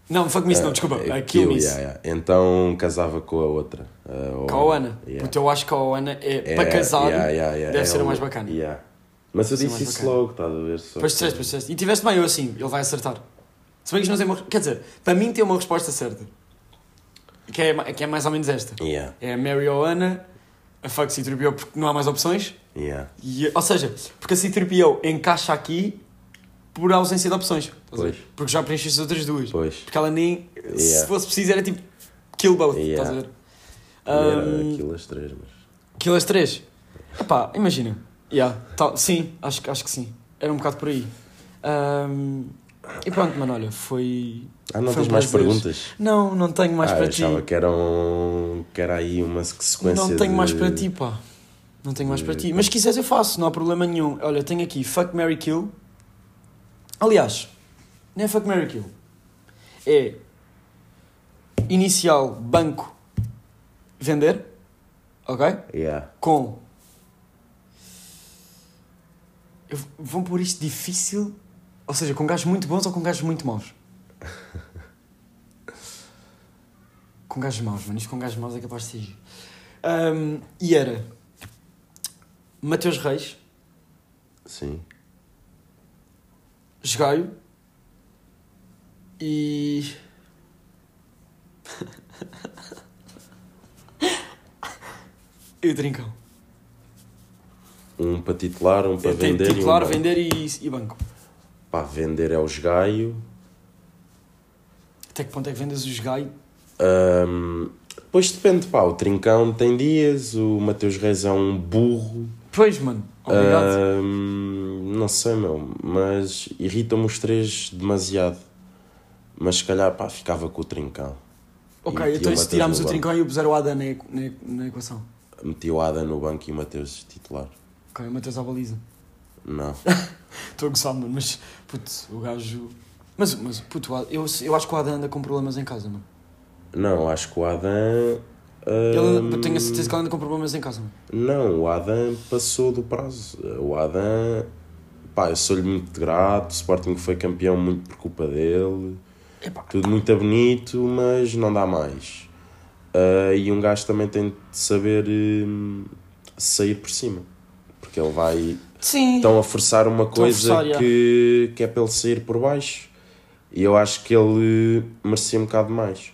Speaker 1: Não, fuck me isso não,
Speaker 2: Ah,
Speaker 1: desculpa.
Speaker 2: é
Speaker 1: a kill me
Speaker 2: kill,
Speaker 1: isso.
Speaker 2: yeah, yeah. Então casava com a outra. ah, ou-
Speaker 1: Com a Ana.
Speaker 2: yeah.
Speaker 1: Puto, eu acho que a Ana é,
Speaker 2: É,
Speaker 1: para casar.
Speaker 2: yeah, yeah, yeah,
Speaker 1: deve
Speaker 2: é
Speaker 1: ser a
Speaker 2: uma-
Speaker 1: mais bacana.
Speaker 2: yeah. Mas eu
Speaker 1: Deve ser
Speaker 2: disse
Speaker 1: mais
Speaker 2: isso
Speaker 1: bacana.
Speaker 2: logo, estás a ver?
Speaker 1: Depois
Speaker 2: Só que-
Speaker 1: disseste, depois disseste. E tiveste bem, eu assim, ele vai acertar. Se bem que isto não tem uma. Quer dizer, para mim tem uma resposta certa. Que é, ma- que é mais ou menos esta:
Speaker 2: Yeah,
Speaker 1: é a Mary ou a Ana, a fuck Citropio porque não há mais opções.
Speaker 2: yeah.
Speaker 1: E, ou seja, porque a Citropio encaixa aqui por ausência de opções. Estás a ver?
Speaker 2: Pois.
Speaker 1: Porque já preencheste as outras duas.
Speaker 2: Pois.
Speaker 1: Porque ela nem. Se
Speaker 2: Yeah.
Speaker 1: fosse preciso era tipo. Kill both.
Speaker 2: Yeah.
Speaker 1: Estás a ver? Um,
Speaker 2: Era
Speaker 1: Ah, Ahm,
Speaker 2: aquilo as três, mas.
Speaker 1: Kill as três? Epá, imagina. Yeah, tal- sim, acho, que- acho que sim. Era um bocado por aí. Ahm, e pronto, mano, olha, foi.
Speaker 2: Ah, não
Speaker 1: foi
Speaker 2: tens
Speaker 1: um
Speaker 2: mais
Speaker 1: prazer.
Speaker 2: perguntas?
Speaker 1: Não, não tenho mais
Speaker 2: ah,
Speaker 1: para
Speaker 2: eu
Speaker 1: ti.
Speaker 2: achava que era, um- que era aí uma sequência.
Speaker 1: Não tenho
Speaker 2: de-
Speaker 1: mais para ti, pá. Não tenho mais para ti. Mas se quiseres, eu faço, não há problema nenhum. Olha, tenho aqui Fuck Mary Kill. Aliás, não é Fuck Mary Kill. É. Inicial, banco, vender. Ok?
Speaker 2: Yeah.
Speaker 1: com. Eu- Vão pôr isto difícil? Ou seja, com gajos muito bons ou com gajos muito maus? com gajos maus, mano. Isto com gajos maus é capaz de ser. giro. Ahm, e era. Mateus Reis,
Speaker 2: Sim.
Speaker 1: Jogaio e. e o Trincão.
Speaker 2: Um para titular, um para
Speaker 1: Tem
Speaker 2: vender
Speaker 1: titular,
Speaker 2: e um
Speaker 1: tipo, vender e, e banco.
Speaker 2: Para vender é os gaio.
Speaker 1: Até que ponto é que vendes os gai?
Speaker 2: Ahm, Depois depende, pá. O Trincão tem dias, o Mateus Reis é um burro.
Speaker 1: Pois, mano. Obrigado.
Speaker 2: Ah, Ahm, não sei, meu, mas irritam-me os três demasiado. Mas se calhar, pá, ficava com o Trincão.
Speaker 1: ok,
Speaker 2: e metia
Speaker 1: então
Speaker 2: o
Speaker 1: e se
Speaker 2: Mateus
Speaker 1: tirarmos
Speaker 2: no
Speaker 1: o
Speaker 2: banco?
Speaker 1: trincão e o puser o Ada na, equ- na, equ- na equação?
Speaker 2: Meti o Ada no banco e o Mateus titular.
Speaker 1: Ok, o Matheus à baliza.
Speaker 2: Não.
Speaker 1: Estou a gozar, mano, mas puto, o gajo. Mas, mas puto, o Ada- eu, eu acho que o Ada anda com problemas em casa, mano.
Speaker 2: Não, acho que o Adam.
Speaker 1: Ele,
Speaker 2: ahm,
Speaker 1: eu tenho a certeza que ele anda com problemas em casa, mano.
Speaker 2: Não, o Adam passou do prazo. O Adam. Pá, eu sou-lhe muito grato. O Sporting foi campeão muito por culpa dele.
Speaker 1: Epá,
Speaker 2: Tudo muito bonito, mas não dá mais. Ah, e um gajo também tem de saber hum, sair por cima. Porque ele vai.
Speaker 1: sim.
Speaker 2: Estão a forçar uma
Speaker 1: Estão a
Speaker 2: coisa
Speaker 1: forçar, já.
Speaker 2: que, que é para ele sair por baixo. E eu acho que ele merecia um bocado mais.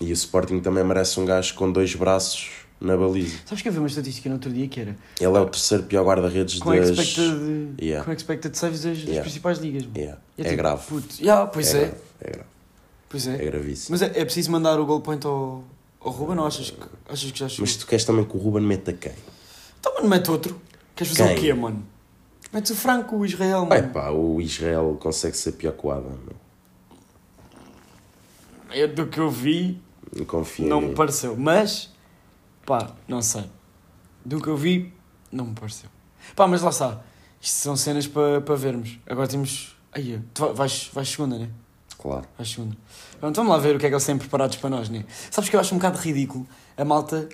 Speaker 2: E o Sporting também merece um gajo com dois braços na baliza.
Speaker 1: Sabes que eu vi uma estatística no outro dia que era
Speaker 2: Ele é o terceiro pior guarda-redes
Speaker 1: com
Speaker 2: das...
Speaker 1: expected,
Speaker 2: Yeah.
Speaker 1: com expected saves das, das
Speaker 2: Yeah.
Speaker 1: principais ligas, mano.
Speaker 2: Yeah.
Speaker 1: E
Speaker 2: É,
Speaker 1: tipo,
Speaker 2: grave.
Speaker 1: Puto, yeah, pois é,
Speaker 2: grave, é grave.
Speaker 1: pois
Speaker 2: É
Speaker 1: é.
Speaker 2: gravíssimo.
Speaker 1: Mas é, é preciso mandar o goal point ao, ao Ruben ou achas que, achas que já chegou?
Speaker 2: Mas tu queres também que o Ruben meta quem?
Speaker 1: Então, mano, mete outro. Queres fazer
Speaker 2: Quem?
Speaker 1: o quê, mano? Mete o Franco, o Israel,
Speaker 2: Ai
Speaker 1: mano.
Speaker 2: pá, o Israel consegue ser pior que o Adam. meu.
Speaker 1: É do que eu vi,
Speaker 2: Não confio
Speaker 1: não
Speaker 2: em
Speaker 1: me pareceu. Mas, pá, não sei. Do que eu vi, não me pareceu. Pá, mas lá está. Isto são cenas para pa vermos. Agora temos. Aí, tu vai- vais, vais segunda, né?
Speaker 2: Claro.
Speaker 1: Vais segunda. Pronto, vamos lá ver o que é que eles têm preparados para nós, né? Sabes que eu acho um bocado ridículo a malta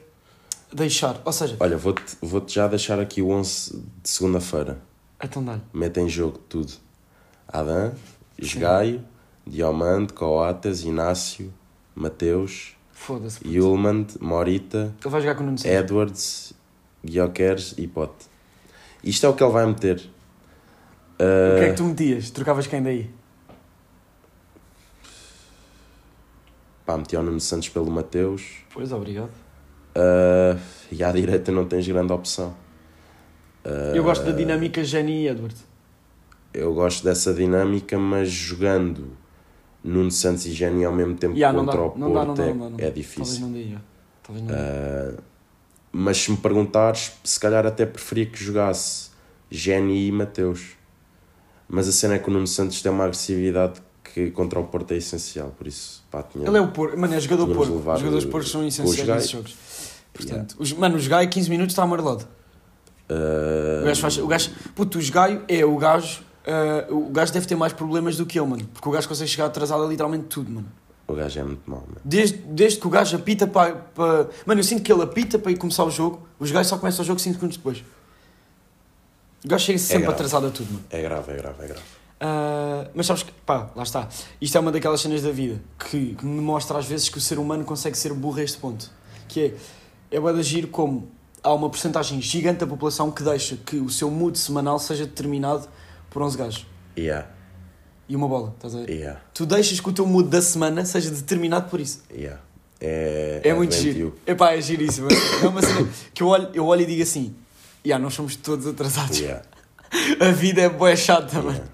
Speaker 1: deixar. Ou seja,
Speaker 2: Olha, vou-te vou já deixar aqui o 11 de segunda-feira.
Speaker 1: então dá-lhe.
Speaker 2: Mete em jogo tudo. Adam, Esgaio, Diomande, Coates, Inácio, Mateus,
Speaker 1: Foda-se. puto.
Speaker 2: Yulmand, Morita,
Speaker 1: Ele vai jogar com o Nuno
Speaker 2: É
Speaker 1: Santos.
Speaker 2: Edwards, Guioqueres e Pote. Isto é o que ele vai meter.
Speaker 1: O que é que
Speaker 2: Ah,
Speaker 1: tu metias? Trocavas quem daí?
Speaker 2: Pá, meti o Nuno Santos pelo Mateus.
Speaker 1: Pois, obrigado.
Speaker 2: Ah, e à direita não tens grande opção. Ah,
Speaker 1: Eu gosto da dinâmica Jenny e Edward.
Speaker 2: Eu gosto dessa dinâmica, mas jogando Nuno Santos e Geni ao mesmo tempo
Speaker 1: Yeah, não
Speaker 2: contra
Speaker 1: dá,
Speaker 2: o Porto
Speaker 1: não dá, não dá,
Speaker 2: é,
Speaker 1: não dá, não
Speaker 2: é
Speaker 1: dá. Talvez
Speaker 2: difícil.
Speaker 1: não dê. Talvez não dê.
Speaker 2: Ah, mas se me perguntares, se calhar até preferia que jogasse Geni e Mateus. Mas a cena é que o Nuno Santos tem uma agressividade que contra o Porto é essencial, por isso pá, tinha...
Speaker 1: Ele é o porco, mano, é jogador
Speaker 2: Ah, Vamos
Speaker 1: porco.
Speaker 2: levar
Speaker 1: Os jogadores
Speaker 2: o-
Speaker 1: porcos são
Speaker 2: com os
Speaker 1: essenciais
Speaker 2: gai.
Speaker 1: nesses jogos. Portanto, os, mano, os gai 15 minutos está amarelado.
Speaker 2: Ah,
Speaker 1: O gajo faz. O gajo. Puto, os gaio é o gajo. ah, o gajo deve ter mais problemas do que eu, mano. Porque o gajo consegue chegar atrasado a literalmente tudo, mano.
Speaker 2: O gajo é muito mau, mano.
Speaker 1: Desde, desde que o gajo apita para, para. Mano, eu sinto que ele apita para ir começar o jogo. Os gajos só começam o jogo 5 segundos depois. O gajo chega sempre
Speaker 2: É grave.
Speaker 1: atrasado a tudo, mano.
Speaker 2: É grave, é grave, é grave.
Speaker 1: Ah, mas sabes que, pá, lá está. Isto é uma daquelas cenas da vida que, que me mostra às vezes que o ser humano consegue ser burro a este ponto. Que é, é bué de agir como há uma porcentagem gigante da população que deixa que o seu mood semanal seja determinado por 11 gajos
Speaker 2: Yeah,
Speaker 1: e uma bola, estás a ver?
Speaker 2: yeah,
Speaker 1: Tu deixas que o teu mood da semana seja determinado por isso.
Speaker 2: yeah. É,
Speaker 1: É muito
Speaker 2: doentio.
Speaker 1: giro. É pá, é giro isso. mano. É uma cena que eu olho, eu olho e digo assim: Ya, nós somos todos atrasados.
Speaker 2: Yeah,
Speaker 1: A vida é boa chata, mano.
Speaker 2: yeah.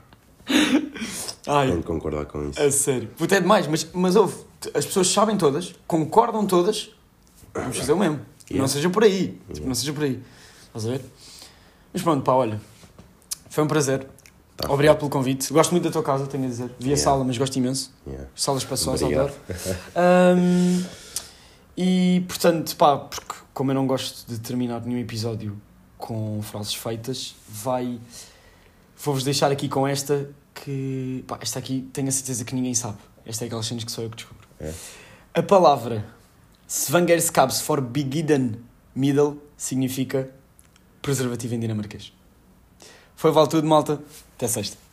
Speaker 1: Ai,
Speaker 2: Tenho de concordar com isso.
Speaker 1: A sério. Puta, é demais, mas, mas ouve, t- as pessoas sabem todas, concordam todas, vamos fazer o mesmo. Não seja por aí. Tipo, não seja por aí. Estás a ver? Mas pronto, pá, olha. Foi um prazer.
Speaker 2: Tá
Speaker 1: Obrigado pelo convite. Gosto muito da tua casa, tenho a dizer. Vi a
Speaker 2: Yeah.
Speaker 1: sala, mas gosto imenso.
Speaker 2: Yeah.
Speaker 1: Salas espaçosas, adoro.
Speaker 2: Obrigado.
Speaker 1: Hum, e portanto, pá, porque como eu não gosto de terminar nenhum episódio com frases feitas, vai. Vou-vos deixar aqui com esta que. Pá, esta aqui tenho a certeza que ninguém sabe. Esta é aquelas cenas que só eu que descubro.
Speaker 2: É.
Speaker 1: A palavra Svangerskabs for Begiden Middle significa preservativo em dinamarquês. Foi vale tudo, malta. Até sexta.